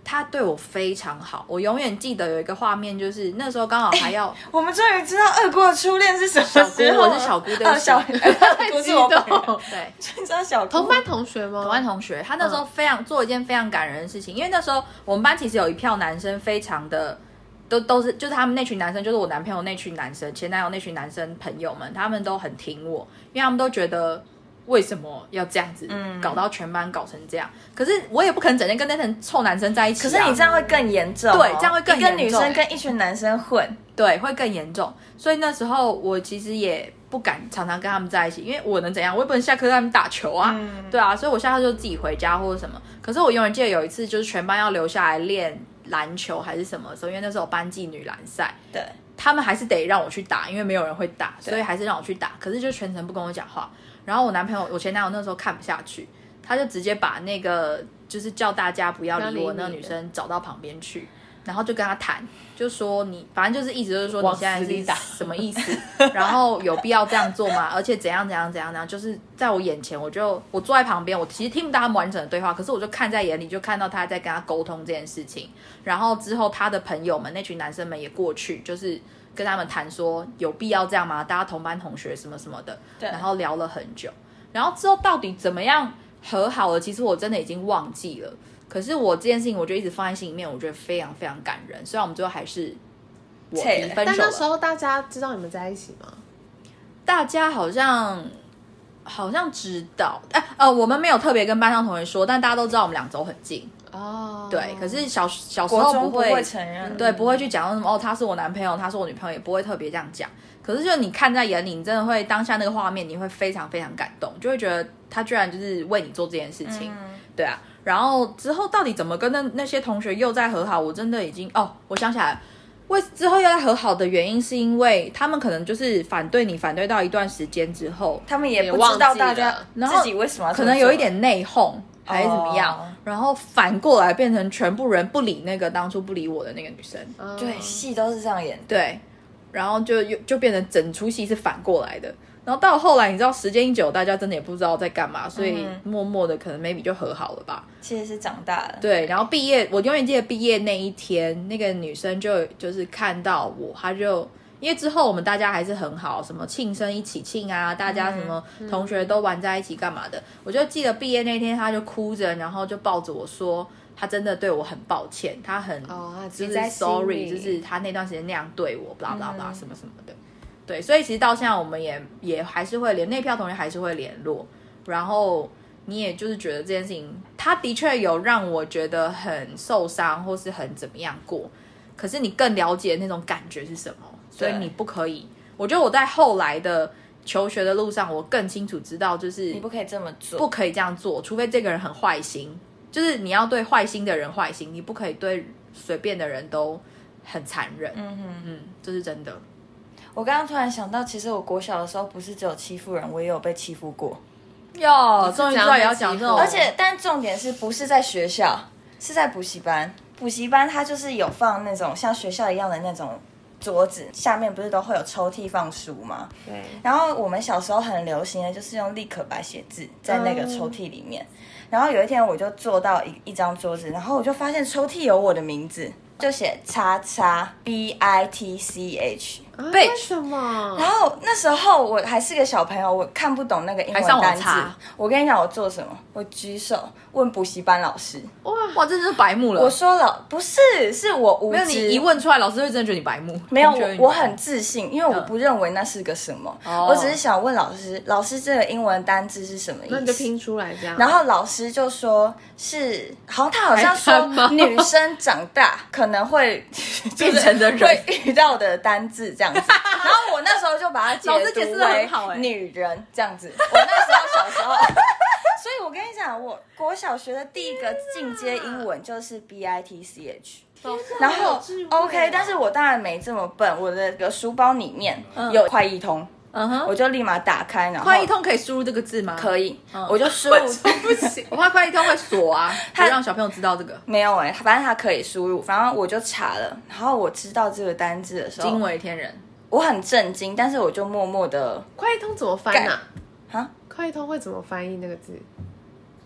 C: 他对我非常好，我永远记得有一个画面，就是那时候刚好还
B: [LAUGHS]
C: 要。
B: 我们终于知道二姑的初恋是什么
C: 小姑
B: 时候了
C: 我是小姑对不起 [LAUGHS]
B: 啊小二姑
A: 激
B: 是我本人，
A: 动
C: 对，
B: 你知道小姑
A: 同班同学吗？
C: 同班同学，他那时候非常、做一件非常感人的事情，因为那时候我们班其实有一票男生非常的。都都是就是他们那群男生，就是我男朋友那群男生，前男友那群男生朋友们，他们都很挺我，因为他们都觉得为什么要这样子，
B: 嗯
C: 搞到全班搞成这样。可是我也不可能整天跟那群臭男生在一起、
B: 可
C: 啊，
B: 是你这样会更严重哦，
C: 对这样会更
B: 一个女
C: 严重
B: 生跟一群男生混，
C: 对，会更严重。所以那时候我其实也不敢常常跟他们在一起，因为我能怎样？我也不能下课跟他们打球啊，
B: 嗯
C: [LAUGHS] 对啊。所以我下课就自己回家或者什么。可是我永远记得有一次，就是全班要留下来练篮球还是什么的时候，因为那时候有班级女篮赛，
B: 对，
C: 他们还是得让我去打，因为没有人会打，
B: 对
C: 所以还是让我去打。可是就全程不跟我讲话。然后我男朋友，我前男友那时候看不下去，他就直接把那个就是叫大家不要理我
A: 不
C: 那
A: 要理你的
C: 女生找到旁边去，然后就跟他谈，就说你反正就是意思就是说你
A: 往
C: 现在
A: 死里
C: 是
A: 打
C: 什么意思，然后有必要这样做吗？而且怎样怎样怎样怎样，就是在我眼前，我就我坐在旁边，我其实听不到他们完整的对话，可是我就看在眼里，就看到他在跟他沟通这件事情。然后之后他的朋友们那群男生们也过去，就是跟他们谈说有必要这样吗？大家同班同学什么什么的，
B: 对
C: 然后聊了很久，然后之后到底怎么样和好了，其实我真的已经忘记了。可是我这件事情，我就一直放在心里面，我觉得非常非常感人。虽然我们最后还是我
B: 切
C: 提
B: 了
C: 分
A: 但
C: 手
A: 那时
C: 了，
A: 候大家知道你们在一起吗？
C: 大家好像好像知道，哎、呃，我们没有特别跟班上同学说，但大家都知道我们俩走很近。
A: 哦，
C: 对，可是小小时
B: 国
C: 候
B: 中
C: 不
B: 会承认，
C: 对，不会去讲说什么哦，他是我男朋友，他是我女朋友，也不会特别这样讲。可是就你看在眼里，你真的会当下那个画面，你会非常非常感动，就会觉得他居然就是为你做这件事情，
B: 嗯
C: 对啊。然后之后到底怎么跟那那些同学又再和好，我真的已经哦，我想起来了。为之后又再和好的原因，是因为他们可能就是反对你，反对到一段时间之后，
B: 他们也
A: 也
B: 不知道
A: 忘记
B: 大家
A: 了
C: 然后
B: 自己为什啊么要这
C: 可
B: 么
C: 能有
B: 做
C: 一点内讧还是怎么样
B: 哦
C: 然后反过来变成全部人不理那个当初不理我的那个女生。
A: 嗯
B: 对戏都是这样演的，
C: 对，然后就又就变成整出戏是反过来的。然后到后来，你知道时间一久，大家真的也不知道在干嘛，所以
B: 嗯
C: 默默的可能 maybe 就和好了吧。
B: 其实是长大了，
C: 对，然后毕业，我永远记得毕业那一天，那个女生就就是看到我，她就因为之后我们大家还是很好，什么庆生一起庆啊，大家什么
A: 嗯
C: 同学都玩在一起干嘛的，我就记得毕业那天，她就哭着，然后就抱着我说，她真的对我很抱歉，她很
A: 哦，她
C: 就
A: 记
C: 是
A: 在心
C: sorry，
A: 里嗯
C: 就是他那段时间那样对我，blah blah blah 什么什么的。对，所以其实到现在我们也也还是会联那票同学还是会联络，然后你也就是觉得这件事情，他的确有让我觉得很受伤或是很怎么样过，可是你更了解那种感觉是什么，所以
B: 对
C: 你不可以。我觉得我在后来的求学的路上，我更清楚知道就是
B: 你不可以这么做，
C: 不可以这样做，除非这个人很坏心，就是你要对坏心的人坏心，你不可以对随便的人都很残忍。嗯
B: 嗯哼。
C: 这是真的。
B: 我刚刚突然想到，其实我国小的时候不是只有欺负人，我也有被欺负过。
C: 哟，终于知道也要讲这种，
B: 而且，但重点是不是在学校，是在补习班。补习班它就是有放那种像学校一样的那种桌子下面不是都会有抽屉放书吗？
A: 对，
B: 然后我们小时候很流行的就是用立可白写字在那个抽屉里面。然后有一天我就坐到一一张桌子，然后我就发现抽屉有我的名字，就写叉叉 B I T C
A: 啊
B: H。
C: 被
A: 为什么？
B: 然后那时候我还是个小朋友，我看不懂那个英文
C: 还上网
B: 单字
C: 查。
B: 我跟你讲，我做什么？我举手问补习班老师，
C: 哇，这就是白目了。
B: 我说老不是，是我无
C: 没有
B: 知
C: 你一。问出来，老师会真的觉得你白目。
B: 没有，
C: 同学会觉得你
B: 我我
C: 白目
B: 很自信，因为我不认为那是个什么，
C: 哦
B: 我只是想问老师，老师这个英文单字是什么意
A: 那你就
B: 思？
A: 拼出来这样。
B: 然后老师就说是，好像他好像
A: 还看
B: 说
A: 吗
B: 女生长
C: [LAUGHS]
B: 大可能会就是
C: 变成的人
B: 会遇到的单字这样
C: [LAUGHS]
B: 子。然后我那时候就把它
C: 老师解
B: 读
C: 释得很
B: 为
C: 好欸
B: 女人这样子。我那时候小时
C: [LAUGHS]
B: 候。所以我跟你讲，我国小学的第一个进阶英文就是 B I T C H。然后 OK，但是我当然没这么笨，我的个书包里面有快译通，
C: 嗯哼，
B: 我就立马打开，然后
C: 快一通可嗯以输入这个字吗？
B: 可
C: 以，
B: 以，我就输入
A: 不行，
C: 我怕快一通会锁
B: [LAUGHS]
C: 啊，不让小朋友知道这个
B: 没有哎、反正它可以输入，反正我就查了，然后我知道这个单字的时
C: 惊
B: 候，
C: 为天人。
B: 我很震惊，但是我就默默的
A: 快一通怎么翻啊？
B: 啊，
A: 快一通会怎么翻译那个字？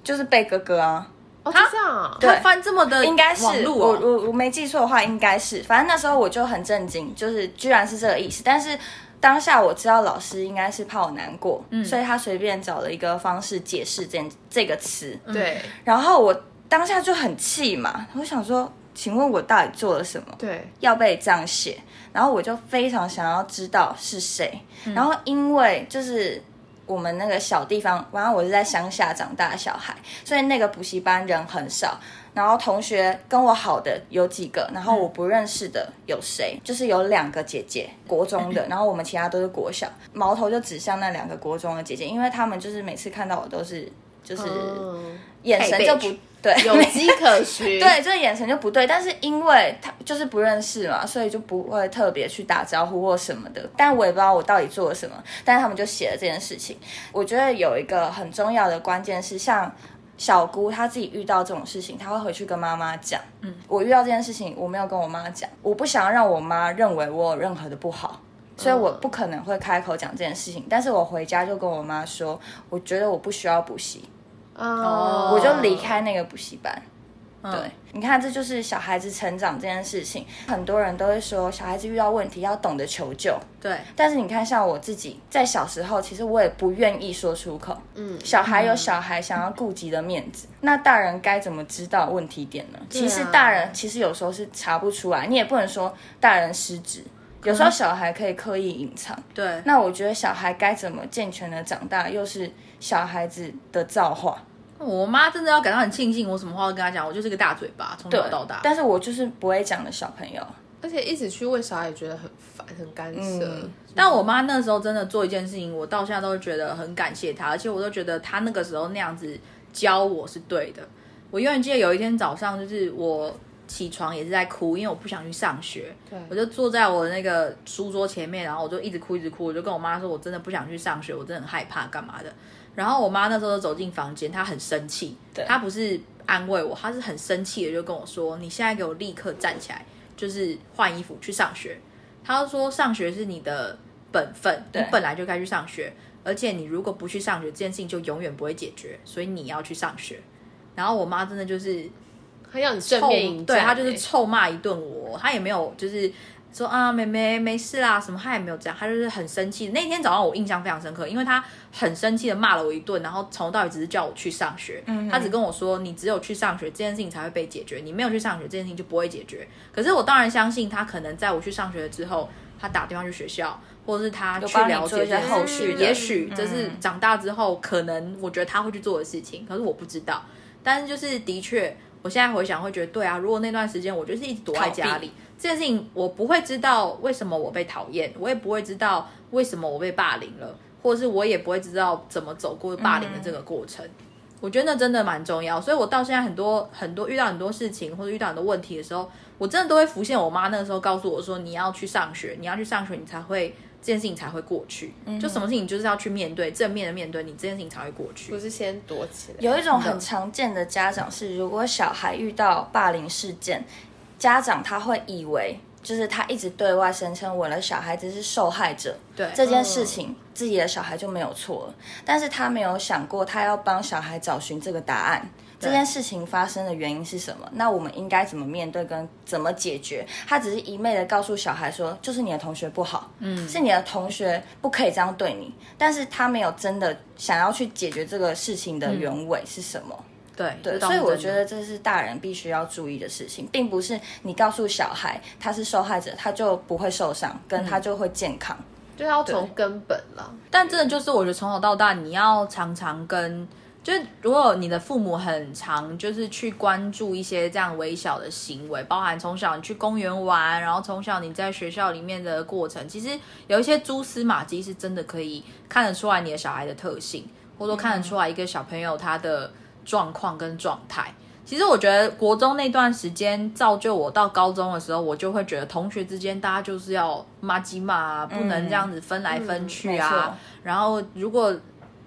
B: 就是贝哥哥啊，
A: 哦，就这样啊。
B: 对
C: 他翻这么的
B: 应该是
C: 呃网
B: 我
C: 路哦，
B: 我我没记错的话，应该是，反正那时候我就很震惊，就是居然是这个意思，但是。当下我知道老师应该是怕我难过，
C: 嗯
B: 所以他随便找了一个方式解释这这个词。
C: 嗯
A: 对
B: 然后我当下就很气嘛，我想说，请问我到底做了什么？
A: 对，
B: 要被这样写，然后我就非常想要知道是谁。然后因为就是我们那个小地方，然后我是在乡下长大的小孩，所以那个补习班人很少。然后同学跟我好的有几个，然后我不认识的有谁？就是有两个姐姐，国中的，然后我们其他都是国小。矛头就指向那两个国中的姐姐，因为他们就是每次看到我都是就是
A: 嗯，
B: 眼神就不对，
A: 有迹可
C: [LAUGHS]
A: 循。
B: 对，就是眼神就不对，但是因为他就是不认识嘛，所以就不会特别去打招呼或什么的。但我也不知道我到底做了什么，但是他们就写了这件事情。我觉得有一个很重要的关键是，像小姑她自己遇到这种事情，她会回去跟妈妈讲。嗯，我遇到这件事情，我没有跟我妈讲，我不想让我妈认为我有任何的不好。所以我不可能会开口讲这件事情，但是我回家就跟我妈说，我觉得我不需要补习，
A: 哦，
B: 我就离开那个补习班。
C: 嗯
B: 对，你看，这就是小孩子成长这件事情。很多人都会说，小孩子遇到问题要懂得求救。
C: 对，
B: 但是你看，像我自己在小时候，其实我也不愿意说出口。嗯，小孩有小孩想要顾及的面子，那大人该怎么知道问题点呢？其实大人其实有时候是查不出来，你也不能说大人失职。有时候小孩可以刻意隐藏，
C: 对，
B: 那我觉得小孩该怎么健全的长大，又是小孩子的造化。
C: 我妈真的要感到很庆幸，我什么话都跟她讲，我就是个大嘴巴，从
B: 对
C: 小到大。
B: 但是我就是不会讲的小朋友。
A: 而且一直去问小孩也觉得很烦，很干涉
B: 嗯。
C: 但我妈那时候真的做一件事情，我到现在都觉得很感谢她，而且我都觉得她那个时候那样子教我是对的。我永远记得有一天早上，就是我起床也是在哭，因为我不想去上学，
A: 对
C: 我就坐在我那个书桌前面，然后我就一直哭一直哭，我就跟我妈说，我真的不想去上学，我真的很害怕干嘛的。然后我妈那时候就走进房间，她很生气，她不是安慰我，她是很生气的，就跟我说：“你现在给我立刻站起来，就是换衣服去上学。”她就说：“上学是你的本分，你
B: 对
C: 本来就该去上学，而且你如果不去上学，这件事情就永远不会解决，所以你要去上学。”然后我妈真的就是
A: 他要你正
C: 臭
A: 面迎战
C: 对
A: 欸，
C: 他就是臭骂一顿我，他也没有就是说啊妹妹没事啦什么，他也没有这样，他就是很生气。那天早上我印象非常深刻，因为他很生气的骂了我一顿，然后从头到尾只是叫我去上学，
B: 嗯
C: 他只跟我说你只有去上学这件事情才会被解决，你没有去上学这件事情就不会解决。可是我当然相信他可能在我去上学了之后，他打电话去学校。或者是他
B: 有
C: 去
B: 帮你
C: 了
B: 做
C: 解
B: 一些
C: 这件
B: 后
C: 事
B: 续
C: 情
B: 的
C: 也许这是
B: 嗯
C: 长大之后可能我觉得他会去做的事情，可是我不知道。但是就是的确，我现在回想会觉得，对啊，如果那段时间我就是一直躲在家
B: 逃避
C: 里，这件事情我不会知道为什么我被讨厌，我也不会知道为什么我被霸凌了，或者是我也不会知道怎么走过霸凌的这个过程。我觉得那真的蛮重要，所以我到现在很多很多遇到很多事情或者遇到很多问题的时候，我真的都会浮现我妈那个时候告诉我说，你要去上学，你要去上学，你才会这件事情才会过去。
B: 嗯
C: 就什么事情就是要去面对，正面的面对，你这件事情才会过去
A: 不。是先躲起来。
B: 有一种很常见的家长是，如果小孩遇到霸凌事件，家长他会以为就是他一直对外声称我的小孩子是受害者，
C: 对
B: 这件事情，自己的小孩就没有错了。但是他没有想过，他要帮小孩找寻这个答案。这件事情发生的原因是什么？那我们应该怎么面对跟怎么解决？他只是一昧的告诉小孩说，就是你的同学不好，嗯，是你的同学不可以这样对你，但是他没有真的想要去解决这个事情的原委是什么。
C: 对
B: 对，
C: 这倒
B: 所
C: 是
B: 以我
C: 真
B: 觉
C: 的
B: 得这是大人必须要注意的事情，并不是你告诉小孩他是受害者，他就不会受伤，跟他就会健康。
A: 就要从根本了。
C: 但真的就是，我觉得从小到大，你要常常跟，就是如果你的父母很常就是去关注一些这样微小的行为，包含从小你去公园玩，然后从小你在学校里面的过程，其实有一些蛛丝马迹是真的可以看得出来你的小孩的特性，或者说看得出来一个小朋友他的状况跟状态。其实我觉得国中那段时间造就我到高中的时候，我就会觉得同学之间大家就是要骂鸡骂啊，不能这样子分来分去啊。然后如果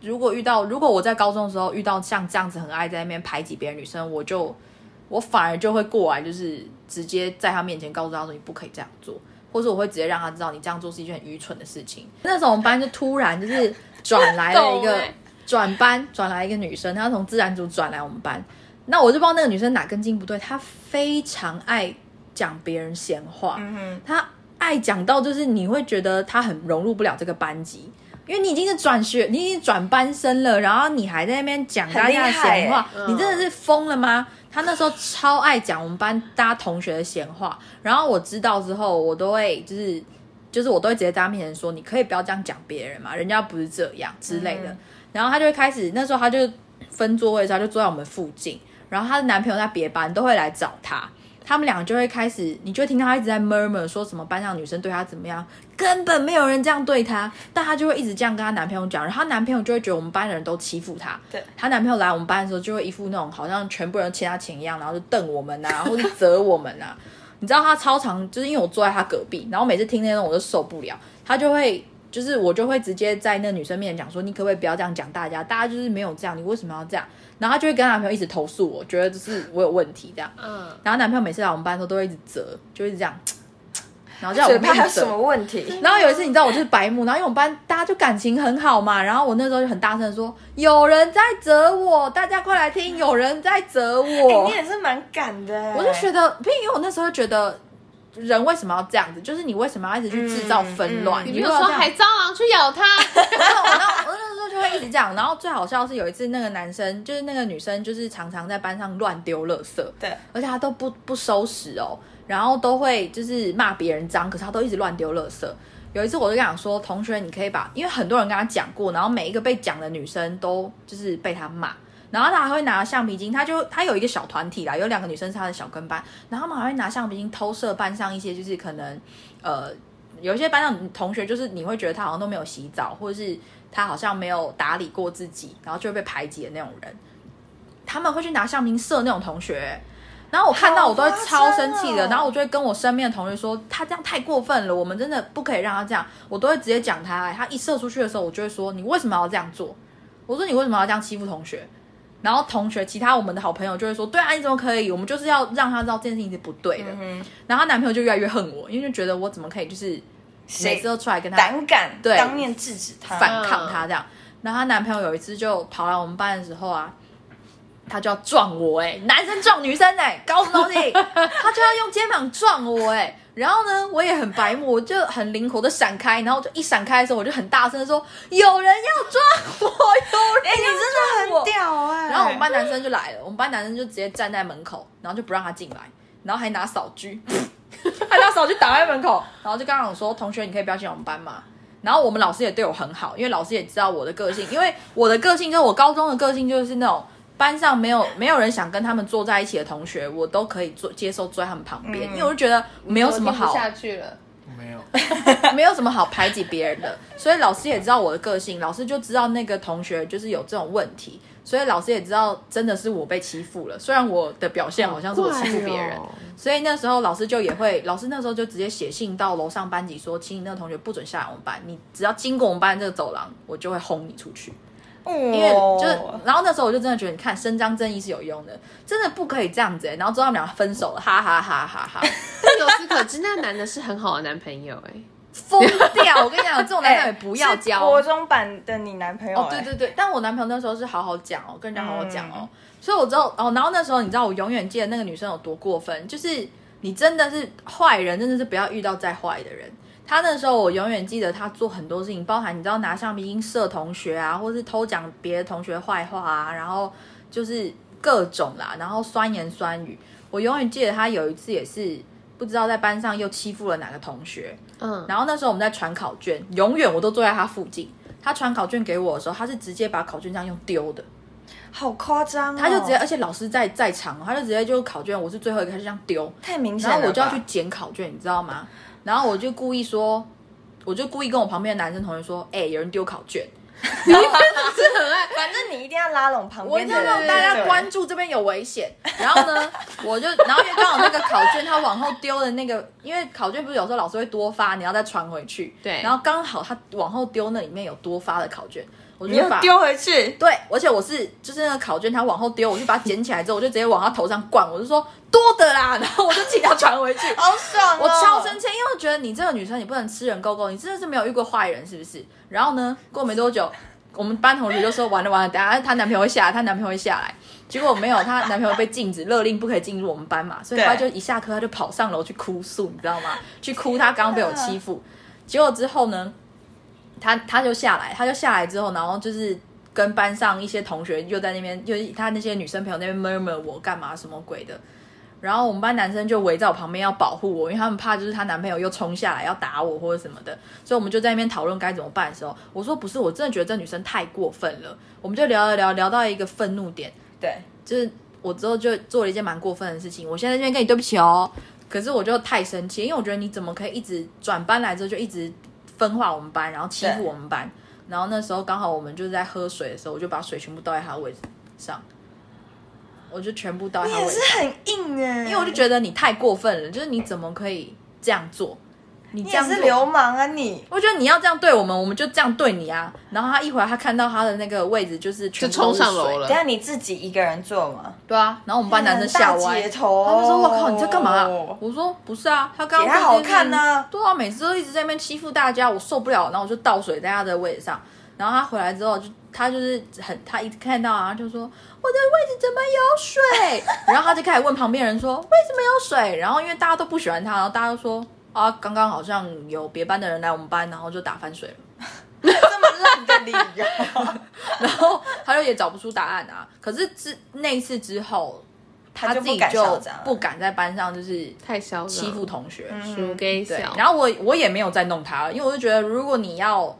C: 如果遇到，如果我在高中的时候遇到像这样子很爱在那边排挤别人女生，我就我反而就会过来，就是直接在她面前告诉她说你不可以这样做，或者我会直接让她知道你这样做是一件很愚蠢的事情。那时候我们班就突然就是转来了一
A: 懂
C: 个
A: 欸
C: 转班转来一个女生，她从自然组转来我们班，那我就不知道那个女生哪根筋不对，她非常爱讲别人闲话，
B: 嗯
C: 他爱讲到就是你会觉得他很融入不了这个班级，因为你已经是转学，你已经转班生了，然后你还在那边讲大家的闲话，
A: 很厉害欸
C: 你真的是疯了吗？他那时候超爱讲我们班大家同学的闲话，然后我知道之后，我都会就是就是我都会直接在他面前说，你可以不要这样讲别人嘛，人家不是这样之类的。然后他就会开始，那时候他就分座位的时候，他就坐在我们附近，然后她的男朋友在别班都会来找她。他们两个就会开始，你就会听到她一直在 murmur 说什么班上女生对她怎么样，根本没有人这样对她，但她就会一直这样跟她男朋友讲，然后她男朋友就会觉得我们班的人都欺负她。
B: 对
C: 她男朋友来我们班的时候，就会一副那种好像全部人欠她钱一样，然后就瞪我们呐、啊
B: [LAUGHS]
C: 或是责我们呐、你知道她超常，就是因为我坐在她隔壁，然后每次听那种我就受不了，她就会。就是我就会直接在那女生面前讲说，你可不可以不要这样讲大家？大家就是没有这样，你为什么要这样？然后她就会跟她男朋友一直投诉我，觉得就是我有问题这样。
A: 嗯，
C: 然后男朋友每次来我们班的时候都会一直折，就一直这样，然后叫
B: 对
C: 我
B: 嘴
C: 们
B: 巴有
C: 一直
B: 什么
C: 折。
B: 问题？
C: 然后有一次，你知道我就是白目，然后因为我们班大家就感情很好嘛，然后我那时候就很大声的说：“有人在折我，大家快来听，有人在折我。
B: 哎你也是蛮敢的欸，
C: 我就觉得，并因为我那时候就觉得，人为什么要这样子？就是你为什么要一直去制造纷乱？
B: 嗯
A: 你
C: 你
A: 没有
C: 为什么
A: 说
C: 要这样
A: 还蟑螂去咬
C: [LAUGHS]
A: 它，
C: 然后我那时候就会一直这样。然后最好笑的是有一次那个男生，就是那个女生，就是常常在班上乱丢垃圾，
B: 对，
C: 而且她都不不收拾哦，然后都会就是骂别人脏，可是她都一直乱丢垃圾。有一次我就跟她讲说，同学，你可以把，因为很多人跟她讲过，然后每一个被讲的女生都就是被她骂。然后她还会拿橡皮筋，她就她有一个小团体啦，有两个女生是她的小跟班，然后他们还会拿橡皮筋偷射班上一些就是可能呃有一些班上同学，就是你会觉得他好像都没有洗澡，或者是他好像没有打理过自己，然后就会被排挤的那种人，他们会去拿橡皮射那种同学。然后我看到我都会超生气的，
B: 好夸张哦
C: 然后我就会跟我身边的同学说，他这样太过分了，我们真的不可以让他这样。我都会直接讲他，哎他一射出去的时候，我就会说你为什么要这样做？我说你为什么要这样欺负同学？然后同学其他我们的好朋友就会说，对啊，你怎么可以？我们就是要让他知道这件事情是不对的。
B: 嗯，
C: 然后她男朋友就越来越恨我，因为就觉得我怎么可以就是每
B: 谁
C: 次都出来跟她
B: 胆敢
C: 对
B: 当面制止他？哦
C: 反抗她
B: 啊
C: 这样。然后她男朋友有一次就跑来我们班的时候啊，他就要撞我哎、男生撞女生哎、搞什么
B: [LAUGHS]
C: 东西？他就要用肩膀撞我哎、然后呢，我也很白目，我就很灵活的闪开，然后就一闪开的时候，我就很大声的说：“有人要撞我，有人
B: 哎，你
C: 要
B: 真
C: 撞
B: 的
C: 我
B: 很！”屌哎！
C: 然后我们班男生就来了，我们班男生就直接站在门口，然后就不让他进来，然后还拿扫帚，还拿扫帚挡在门口，然后就刚刚我说：“同学，你可以不要进我们班嘛。”然后我们老师也对我很好，因为老师也知道我的个性，因为我的个性跟我高中的个性就是那种班上没有没有人想跟他们坐在一起的同学，我都可以坐接受坐在他们旁边，因为我就觉得没有什
A: 嗯我
C: 么
A: 听不
C: 好
A: 下去了。
D: 没有，
C: 没有什么好排挤别人的，所以老师也知道我的个性，老师就知道那个同学就是有这种问题，所以老师也知道真的是我被欺负了。虽然我的表现好像是我欺负别人，所以那时候老师就也会，老师那时候就直接写信到楼上班级说，请你那个同学不准下来我们班，你只要经过我们班这个走廊，我就会轰你出去。
B: 因
C: 因为就是，然后那时候我就真的觉得，你看伸张正义是有用的，真的不可以这样子、欸。然后之后他们俩分手了，哈哈哈哈哈，
A: 但由此可知，那男的是很好的男朋友哎、
C: 疯掉！我跟你讲，这种男朋友也不要交。
B: 哎国中版的你男朋友、哎
C: 哦，对对对，但我男朋友那时候是好好讲哦，跟人家好好讲哦，所以我知道哦，然后那时候你知道，我永远记得那个女生有多过分，就是你真的是坏人，真的是不要遇到再坏的人。她那时候我永远记得她做很多事情，包含你知道拿橡皮筋射同学啊，或是偷讲别的同学坏话啊，然后就是各种啦，然后酸言酸语。我永远记得她有一次也是不知道在班上又欺负了哪个同学，
A: 嗯，
C: 然后那时候我们在传考卷，永远我都坐在他附近。他传考卷给我的时候，他是直接把考卷这样用丢的，
B: 好夸张、哦，
C: 他就直接，而且老师在在场哦，他就直接就考卷，我是最后一个，他就这样丢，
B: 太明显
C: 然
B: 了，
C: 后我就要去，捡考卷，你知道吗？然后我就故意说，我就故意跟我旁边的男生同学说，哎、有人丢考卷，
B: 啊反正你一定要拉拢旁
C: 我一
B: 边
C: 定
B: 的
C: 要
B: 人，
C: 让大家
B: 对
C: 关注这边有危险。然后呢，我就然后因为刚好那个考卷他往后丢的那个，因为考卷不是有时候老师会多发，你要再传回去。
A: 对
C: 然后刚好他往后丢那里面有多发的考卷，我
B: 你
C: 就把
B: 又。丢回去，
C: 对，而且我是就是那个考卷，他往后丢，我就把它捡起来之后，我就直接往他头上灌，我就说多的啦，然后我就请他传回
B: [LAUGHS]
C: 去。
B: 好爽、哦，
C: 我超生气，因为我觉得你这个女生你不能吃人够够，你真的是没有遇过坏人是不是？然后呢，过没多久，我们班同学就说完了完了，等下她男朋友会下来，她男朋友会下来。结果没有，她男朋友被禁止勒令不可以进入我们班嘛，所以
B: 对
C: 她就一下课她就跑上楼去哭诉，你知道吗？去哭她刚刚被我欺负。结果之后呢，她她就下来，她就下来之后，然后就是跟班上一些同学又在那边，就是她那些女生朋友那边 murmur 我干嘛什么鬼的。然后我们班男生就围在我旁边要保护我，因为他们怕就是她男朋友又冲下来要打我或者什么的，所以我们就在那边讨论该怎么办的时候，我说不是，我真的觉得这女生太过分了。我们就聊了聊聊到一个愤怒点，
B: 对，
C: 就是我之后就做了一件蛮过分的事情，我现在在这边跟你对不起哦。可是我就太生气，因为我觉得你怎么可以一直转班来之后就一直分化我们班，然后欺负
B: 对
C: 我们班。然后那时候刚好我们就是在喝水的时候，我就把水全部倒在她位置上，我就全部倒在
B: 你
C: 她位
B: 也
C: 置上。
B: 是很硬哎、
C: 因为我就觉得你太过分了，就是你怎么可以这样做？你
B: 你
C: 这
B: 也
C: 样做
B: 是流氓啊你，
C: 我觉得你要这样对我们，我们就这样对你啊。然后他一会儿他看到他的那个位置就是
A: 就
C: 全部
A: 冲
C: 都是
A: 上
C: 水
A: 楼，了
B: 等一。下你自己一个人做
C: [LAUGHS]
B: 吗？
C: 对啊。然后我们班男生吓
B: 很大
C: 歪，
B: 姐头
C: 他们说：“我靠，你在干嘛、啊我说：“不是啊，他刚
B: 给
C: 刚
B: 他好看
C: 呢、
B: 呢
C: 对啊，每次都一直在那边欺负大家，我受不了。然后我就倒水在他的位置上，然后他回来之后就他就是很他一看到啊就说我的位置怎么有水？ [LAUGHS] 然后他就开始问旁边人说为什么有水？然后因为大家都不喜欢他，然后大家都说啊刚刚好像有别班的人来我们班，然后就打翻水了。
B: 这么烂的理由，
C: 然后他就也找不出答案啊。可是之那一次之后，[LAUGHS]
B: 他
C: 他
B: 就
C: 自
B: 不
C: 己
B: 敢嚣
C: 就
B: 张了嗯
C: 不敢在班上就是
A: 太嚣张，嗯
C: 欺负同学。
A: 输给
C: 对
A: 小，，
C: 然后我我也没有再弄他了，因为我就觉得，如果你要，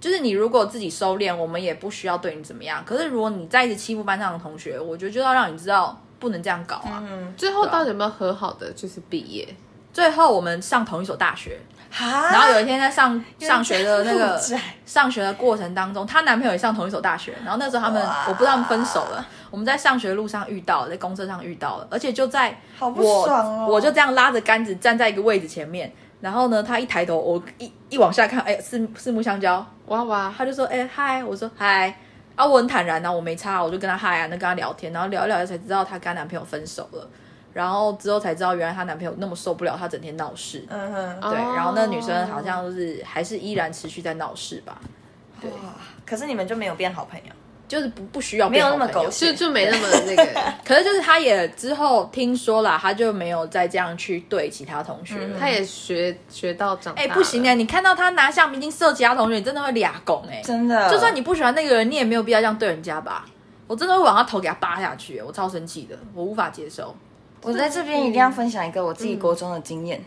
C: 就是你如果自己收敛，我们也不需要对你怎么样。可是如果你再一直欺负班上的同学，我觉得就要让你知道不能这样搞啊。
B: 嗯，
A: 最后到底有没有和好的，就是毕业。
C: 最后我们上同一所大学，
B: 哈，
C: 然后有一天在上上学的那
B: [LAUGHS] 有点
C: 个
B: 负债
C: 上学的过程当中，她男朋友也上同一所大学，然后那时候他们
B: 哇
C: 我不知道他们分手了，我们在上学路上遇到，在公车上遇到了，而且就在
B: 好不
C: 我、
B: 爽哦
C: 我就这样拉着杆子站在一个位置前面，然后呢，他一抬头，我一一往下看，哎，四四目相交，
A: 哇哇，
C: 他就说：“哎、嗨！”我说：“嗨！”啊，我很坦然呐、我没差，我就跟他嗨啊，那跟他聊天，然后聊一聊才知道她跟她男朋友分手了，然后之后才知道原来她男朋友那么受不了她整天闹事，
B: 嗯哼，
C: 对，
A: 哦
C: 然后那女生好像就是还是依然持续在闹事吧，对，
B: 哇，可是你们就没有变好朋友，
C: 就是不不需要
B: 没有
C: 变好
B: 那么
C: 朋友
B: 狗血
A: 就就没那么那个，
C: 可是就是她也之后听说啦，她就没有再这样去对其他同学了。
B: 嗯
A: 他也学学到长大
C: 哎、
A: 了。
C: 不行哎、你看到她拿橡皮筋射其他同学，你真的会俩拱哎、
B: 真的，
C: 就算你不喜欢那个人，你也没有必要这样对人家吧？我真的会往他头给他扒下去，欸我超生气的，我无法接受。
B: 我在这边一定要分享一个我自己国中的经验，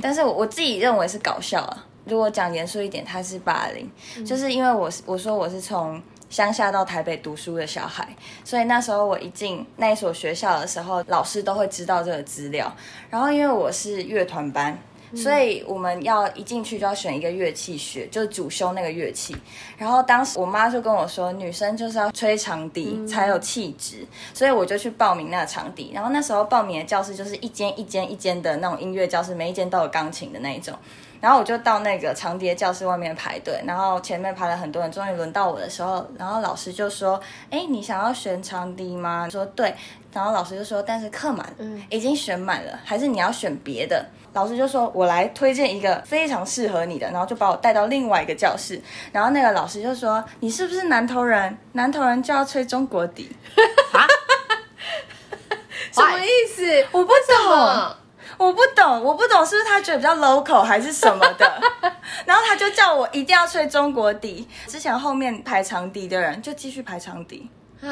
B: 但是我我自己认为是搞笑啊。如果讲严肃一点，它是霸凌，就是因为我是我说我是从乡下到台北读书的小孩，所以那时候我一进那一所学校的时候，老师都会知道这个资料。然后因为我是乐团班。所以我们要一进去就要选一个乐器学，就是主修那个乐器。然后当时我妈就跟我说，女生就是要吹长笛才有气质，所以我就去报名那个场地。然后那时候报名的教室就是一间一间一间的那种音乐教室，每一间都有钢琴的那一种。然后我就到那个长蝶教室外面排队，然后前面排了很多人，终于轮到我的时候，然后老师就说：“哎，你想要选长笛吗？”我说：“对。”然后老师就说：“但是课满，
C: 嗯
B: 已经选满了，还是你要选别的？”老师就说：“我来推荐一个非常适合你的。”然后就把我带到另外一个教室，然后那个老师就说：“你是不是南投人？南投人就要吹中国笛。”
A: 什么意思？
B: 我不懂，我不懂，我不懂，是不是他觉得比较 local 还是什么的？ [LAUGHS] 然后他就叫我一定要吹中国笛。之前后面排长笛的人就继续排长笛，
A: 啊？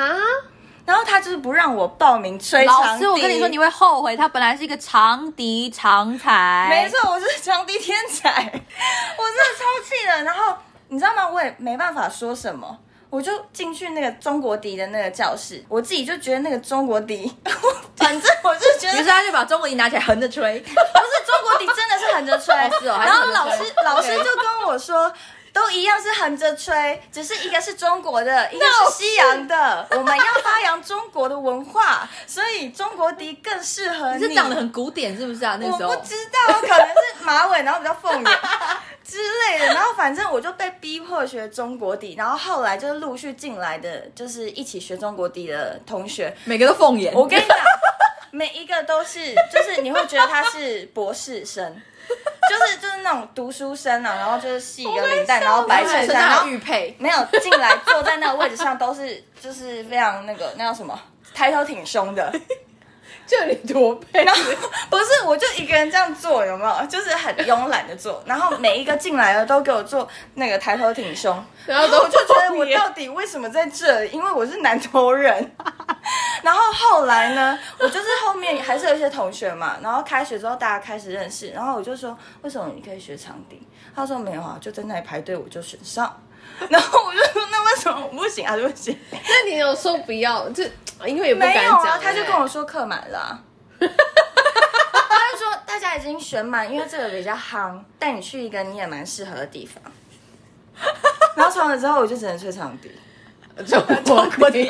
B: 然后他就是不让我报名吹长笛。
C: 老师，我跟你说，你会后悔。他本来是一个长笛长才，
B: 没错，我是长笛天才， [LAUGHS] 我真的超气的。然后你知道吗？我也没办法说什么。我就进去那个中国笛的那个教室，我自己就觉得那个中国笛， [LAUGHS] 反正我就觉得
C: 于是他就把中国笛拿起来横着吹。
B: 不是中国笛真的是横着吹，
C: 是哦还是
B: 然后
C: 横着
B: 老
C: 吹
B: 师老师就跟我说。都一样是横着吹，只是一个是中国的，一个是西洋的。我们要发扬中国的文化，所以中国笛更适合
C: 你
B: [LAUGHS]
C: 是
B: 你。
C: 长得很古典，是不是啊？那个
B: 我
C: 时候
B: 不知道，可能是马尾，然后比较凤眼之类的。然后反正我就被逼迫学中国笛，然后后来就是陆续进来的，就是一起学中国笛的同学，
C: 每个都凤眼。
B: 我
C: [LAUGHS]
B: 跟你讲，每一个都是，就是你会觉得他是博士生， [LAUGHS] 就是就是那种读书生啊，然后就是系一个领带，然后白衬
C: 身
B: 衫，
C: 上
B: 然后
C: 还有玉佩，
B: 没有进来坐在那个位置上都是就是非常那个那叫什么，抬头挺胸的，
A: 这里多配
B: 然后不是，我就一个人这样做，有没有？就是很慵懒的做，然后每一个进来的都给我做那个抬头挺胸，
A: 然后都
B: 我就觉得我
A: 凤眼
B: 到底为什么在这里？因为我是南投人。然后后来呢，我就是后面还是有一些同学嘛，然后开学之后大家开始认识，然后我就说为什么你可以学长笛？他说没有啊，就在那里排队我就选上。 [LAUGHS] 然后我就说那为什么我不行啊？对不行，
A: 那你有说不要？就因为也不敢
B: 没有
A: 讲、
B: 啊，他就跟我
A: 说，
B: 说课满了 [LAUGHS] 啊、他就说大家已经选满，因为这个比较夯，带你去一个你也蛮适合的地方。然后从了之后，我就只能吹长 [LAUGHS] 笛。
A: 哎中国笛，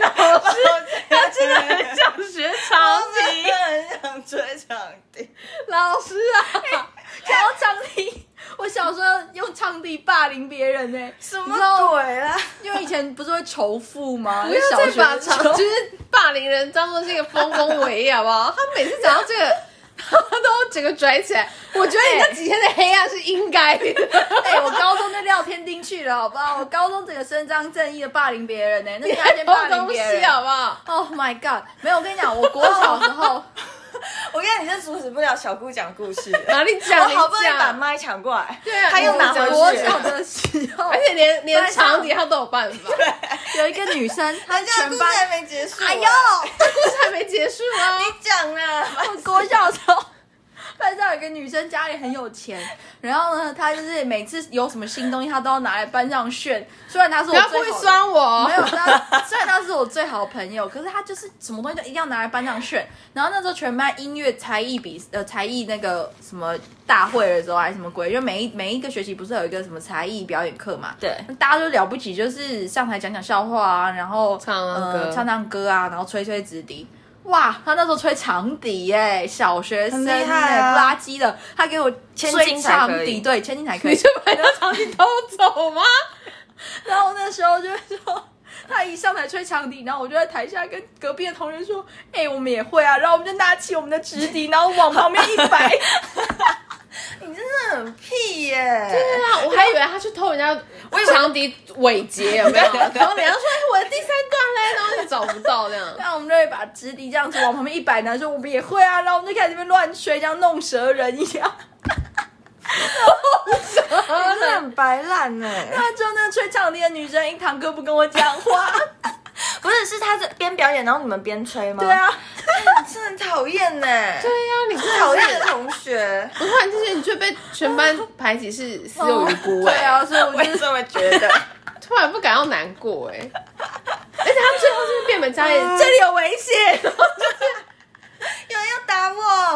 B: 他真的很想
A: 学 [LAUGHS] 长
B: 笛，很想吹长笛。
C: 老师
A: [LAUGHS]
C: 啊，想要长笛。我小时候用长笛霸凌别人呢、
B: 什
C: 你知道
B: 么鬼啊啦？
C: 因为以前不是会仇富吗？
A: 不要
C: 小
A: 再
C: 学
A: 把
C: 的时
A: 长
C: 候
A: 就是霸凌人当做是一个丰功伟业，好不好？他每次讲到这个，他都整个拽起来。我觉得你那几天的黑暗是应该的。
C: 哎、我高中就廖天丁去了，好不好？我高中整个伸张正义的霸凌别人呢、欸那是他先霸
A: 偷
C: 凌
A: 东
C: 别
A: [LAUGHS] 西
C: 人。
A: 好不好？
C: Oh my god！没有，我跟你讲，我国小时
A: [LAUGHS]
C: 候，
B: 我跟你讲，你是阻止不了小姑讲故事的。
A: 哪里
B: 我
A: 讲？
B: 好不容易
A: 你
B: 把
A: 讲，
B: 麦抢过来，
A: 对啊
B: 他又拿
A: 我
C: 国
B: 回去
C: 小
B: 了。
C: 的时候
A: [LAUGHS] 而且连连
C: 班上
A: 长笛他都有办法。
C: 有一个女生，她
B: 人家的故
C: 全
B: 事
C: 班
B: 还没结束。啊
C: 哎呦，
A: 故事还没结束啊！
B: 你讲了。
C: 我 [LAUGHS] 国小的时候，班上有一个女生家里很有钱，然后呢，她就是每次有什么新东西，她都要拿来班上炫。虽然她是
A: 不
C: 我
A: 要故
C: 最
A: 意
C: 好的，
A: 酸我哦
C: 没。有她，虽然她是我最好的朋友，可是她就是什么东西都一定要拿来班上炫。然后那时候全班音乐才艺比呃才艺那个什么大会的时候还是什么鬼，就每一每一个学期不是有一个什么才艺表演课嘛？
B: 对
C: 大家都了不起，就是上台讲讲笑话啊，然后
A: 唱唱歌
C: 呃、唱唱歌啊，然后吹吹直笛。哇，他那时候吹长笛耶、小学生
B: 很厉
C: 耶、
B: 害啊
C: 不拉几的，他给我
B: 千
C: 吹
B: 金才
C: 长
B: 可
C: 笛，
B: 以
C: 对，千金才可
A: 你
C: 以。
A: 就把他长笛偷走吗？
C: [LAUGHS] 然后那时候就说，他一上台吹长笛，然后我就在台下跟隔壁的同学说：“哎、我们也会啊。”然后我们就拿起我们的直笛，然后往旁边一摆。
B: 你真的很屁耶！
A: 对啊，我还以为他去偷人家长笛尾节， [LAUGHS] 有没有？然后人家说：“哎，我的第三段嘞，然后就找不到这样。
C: 那我们就会把直笛这样子往旁边一摆，然后说我们也会啊，然后我们就开始这边乱吹，像弄蛇人一样。 [LAUGHS]
B: 你真的很白烂呢。
C: 那之后那个吹长笛的女生，一堂课不跟我讲
A: [LAUGHS]
C: 话，
B: 不是，是他这边表演，然后你们边吹吗？
C: 对，啊，
B: 真的很讨厌呢。
A: 对呀、你真的
B: 讨
A: 是
B: 啊厌的同 [LAUGHS] 学，
A: 我突然之间，你却被全班排挤是死有余辜
C: [LAUGHS] 对
A: 哎、
C: 啊，所
A: [LAUGHS]
C: 以我就是
B: 这么觉得。
A: 突然不感到难过哎、而且他最后是变本加厉，
C: 这里有危险，
B: [LAUGHS] 有人要打我，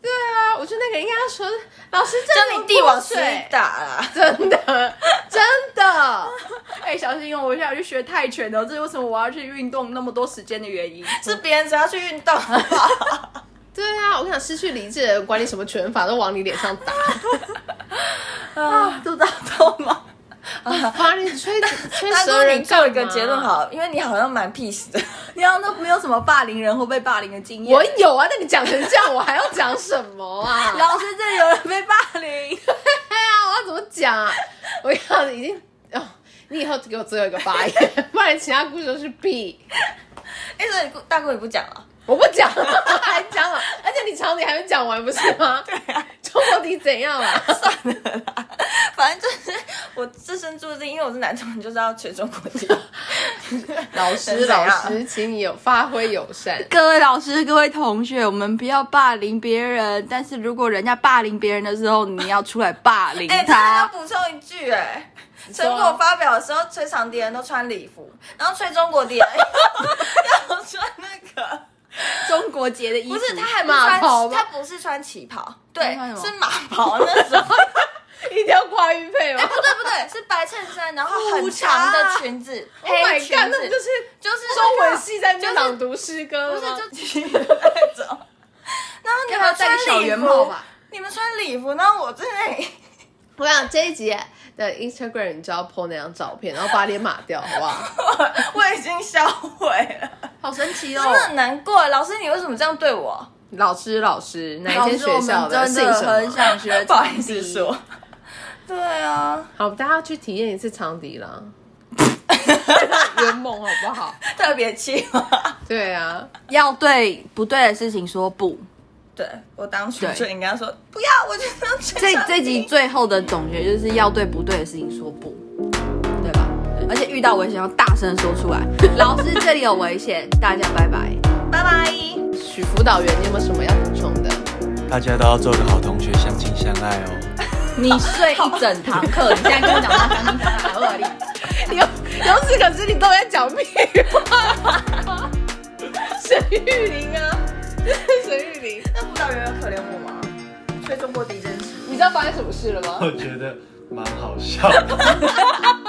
A: 对啊，我觉得那个应该说老师
B: 叫
A: 真
B: 你弟往死里
A: 水，
B: 打 [LAUGHS] 啦！
A: 真的真的，
C: [LAUGHS] 哎、小心哦！我现在要去学泰拳哦，这是为什么我要去运动那么多时间的原因。
B: [LAUGHS] 是别人只要去运动好不好？
A: 对啊，我想失去理智的人，管你什么拳法都往你脸上打。
B: 啊，肚子好痛 [LAUGHS] 吗？
A: 把你吹吹
B: 大
A: 蛇
B: 哥，你
A: 人
B: 做
A: 干
B: 一个
A: 嘛
B: 结论，好了，因为你好像蛮 peace [LAUGHS] 的。
C: 你好像都没有什么霸凌人或被霸凌的经验。
A: 我有啊，那你讲成这样，我还要讲什么 [LAUGHS] 啊？对
C: 老师这里有人被霸凌，
A: 啊，我要怎么讲啊？我要已经哦，你以后给我最后一个发言，不然其他故事都是 [LAUGHS] 屁。
B: 哎，所以你不大哥你不讲啊？
A: 我不讲了，还讲了，而且你场里还没讲完不是吗？对啊，中国底怎样啊啦？
B: [LAUGHS] 反正就是我自身注定，因为我是男同，你就知道全中国籍。
A: [LAUGHS] 老师，
B: 怎样
A: 老师，请你有发挥友善。
C: [LAUGHS] 各位老师、各位同学，我们不要霸凌别人，但是如果人家霸凌别人的时候，你要出来霸凌
B: 哎、真
A: 啊
B: 的要
C: 他。
B: 补充一句、哎，成果发表的时候，吹长笛的人都穿礼服，然后吹中国笛的
A: [LAUGHS]
B: 人要穿那个，
C: 中国节的衣服
B: 不是他还不
A: 马袍
B: 穿，
A: 吗
B: 他不是穿旗袍，对
C: 穿什，么
B: 是马袍那
A: [LAUGHS]
B: 种。
A: [LAUGHS] 一条挂玉佩吗
B: 哎，不对不对，是白衬衫，然后很
A: 裤衩
B: 长的裙
A: [LAUGHS]
B: 子，
A: ？Oh my
B: 黑
A: god，
B: 裙
A: 那不就
B: 子，
A: 是
B: 就是
A: 中文系在那
B: 就
A: 边
B: 是
A: 朗读诗歌
B: 不
A: 了
B: 是
A: 吗？
B: 就那种。然后你
A: 要不要
B: 们
A: 戴
B: 穿
A: 个小
B: 礼
A: 圆
B: 服
A: 帽吧？
B: 你们穿礼服，然后我在那里。
A: 我想这一集的 Instagram 你就要 po 那张照片，然后把脸码掉，好不 [LAUGHS] 好？
B: [LAUGHS] 我已经销毁了，
C: 好神奇
A: 哦
B: 真的很难过。老师，你为什么这样对我？
A: 老师，老师，哪
C: 老
A: 一间
C: 师，哎我
A: 学校
C: 们真
A: 姓
C: 的
A: 什
C: 很
A: 么？
C: 想学，
B: [LAUGHS] 不好意思说。对啊，
A: 好，大家去体验一次长笛啦， [LAUGHS] 圆梦好不好？
B: 特别气话。
A: [LAUGHS] 对啊，
C: 要对不对的事情说 [LAUGHS] 不。
B: 对我当初
C: 对
B: 就应该说不要，我就当吹
C: 这
B: 长笛
C: 这集最后的总结就是要对不对的事情说不，对吧？而且遇到危险要大声说出 [LAUGHS] 来。老师，这里有危险，大家拜拜。
B: 拜拜。
A: 许辅导员，你有没有什么要补充的？
D: 大家都要做个好同学，相亲相爱哦。
C: 你睡一整堂课，你现在跟我讲话刚刚还合理？
A: [LAUGHS] 有有此可知，你都在讲屁话。 [LAUGHS] 沈玉玲啊，沈玉玲，
B: 那辅导员有可怜我吗？吹中国笛真是。
A: 你知道发生什么事了吗？
D: 我觉得蛮好笑的。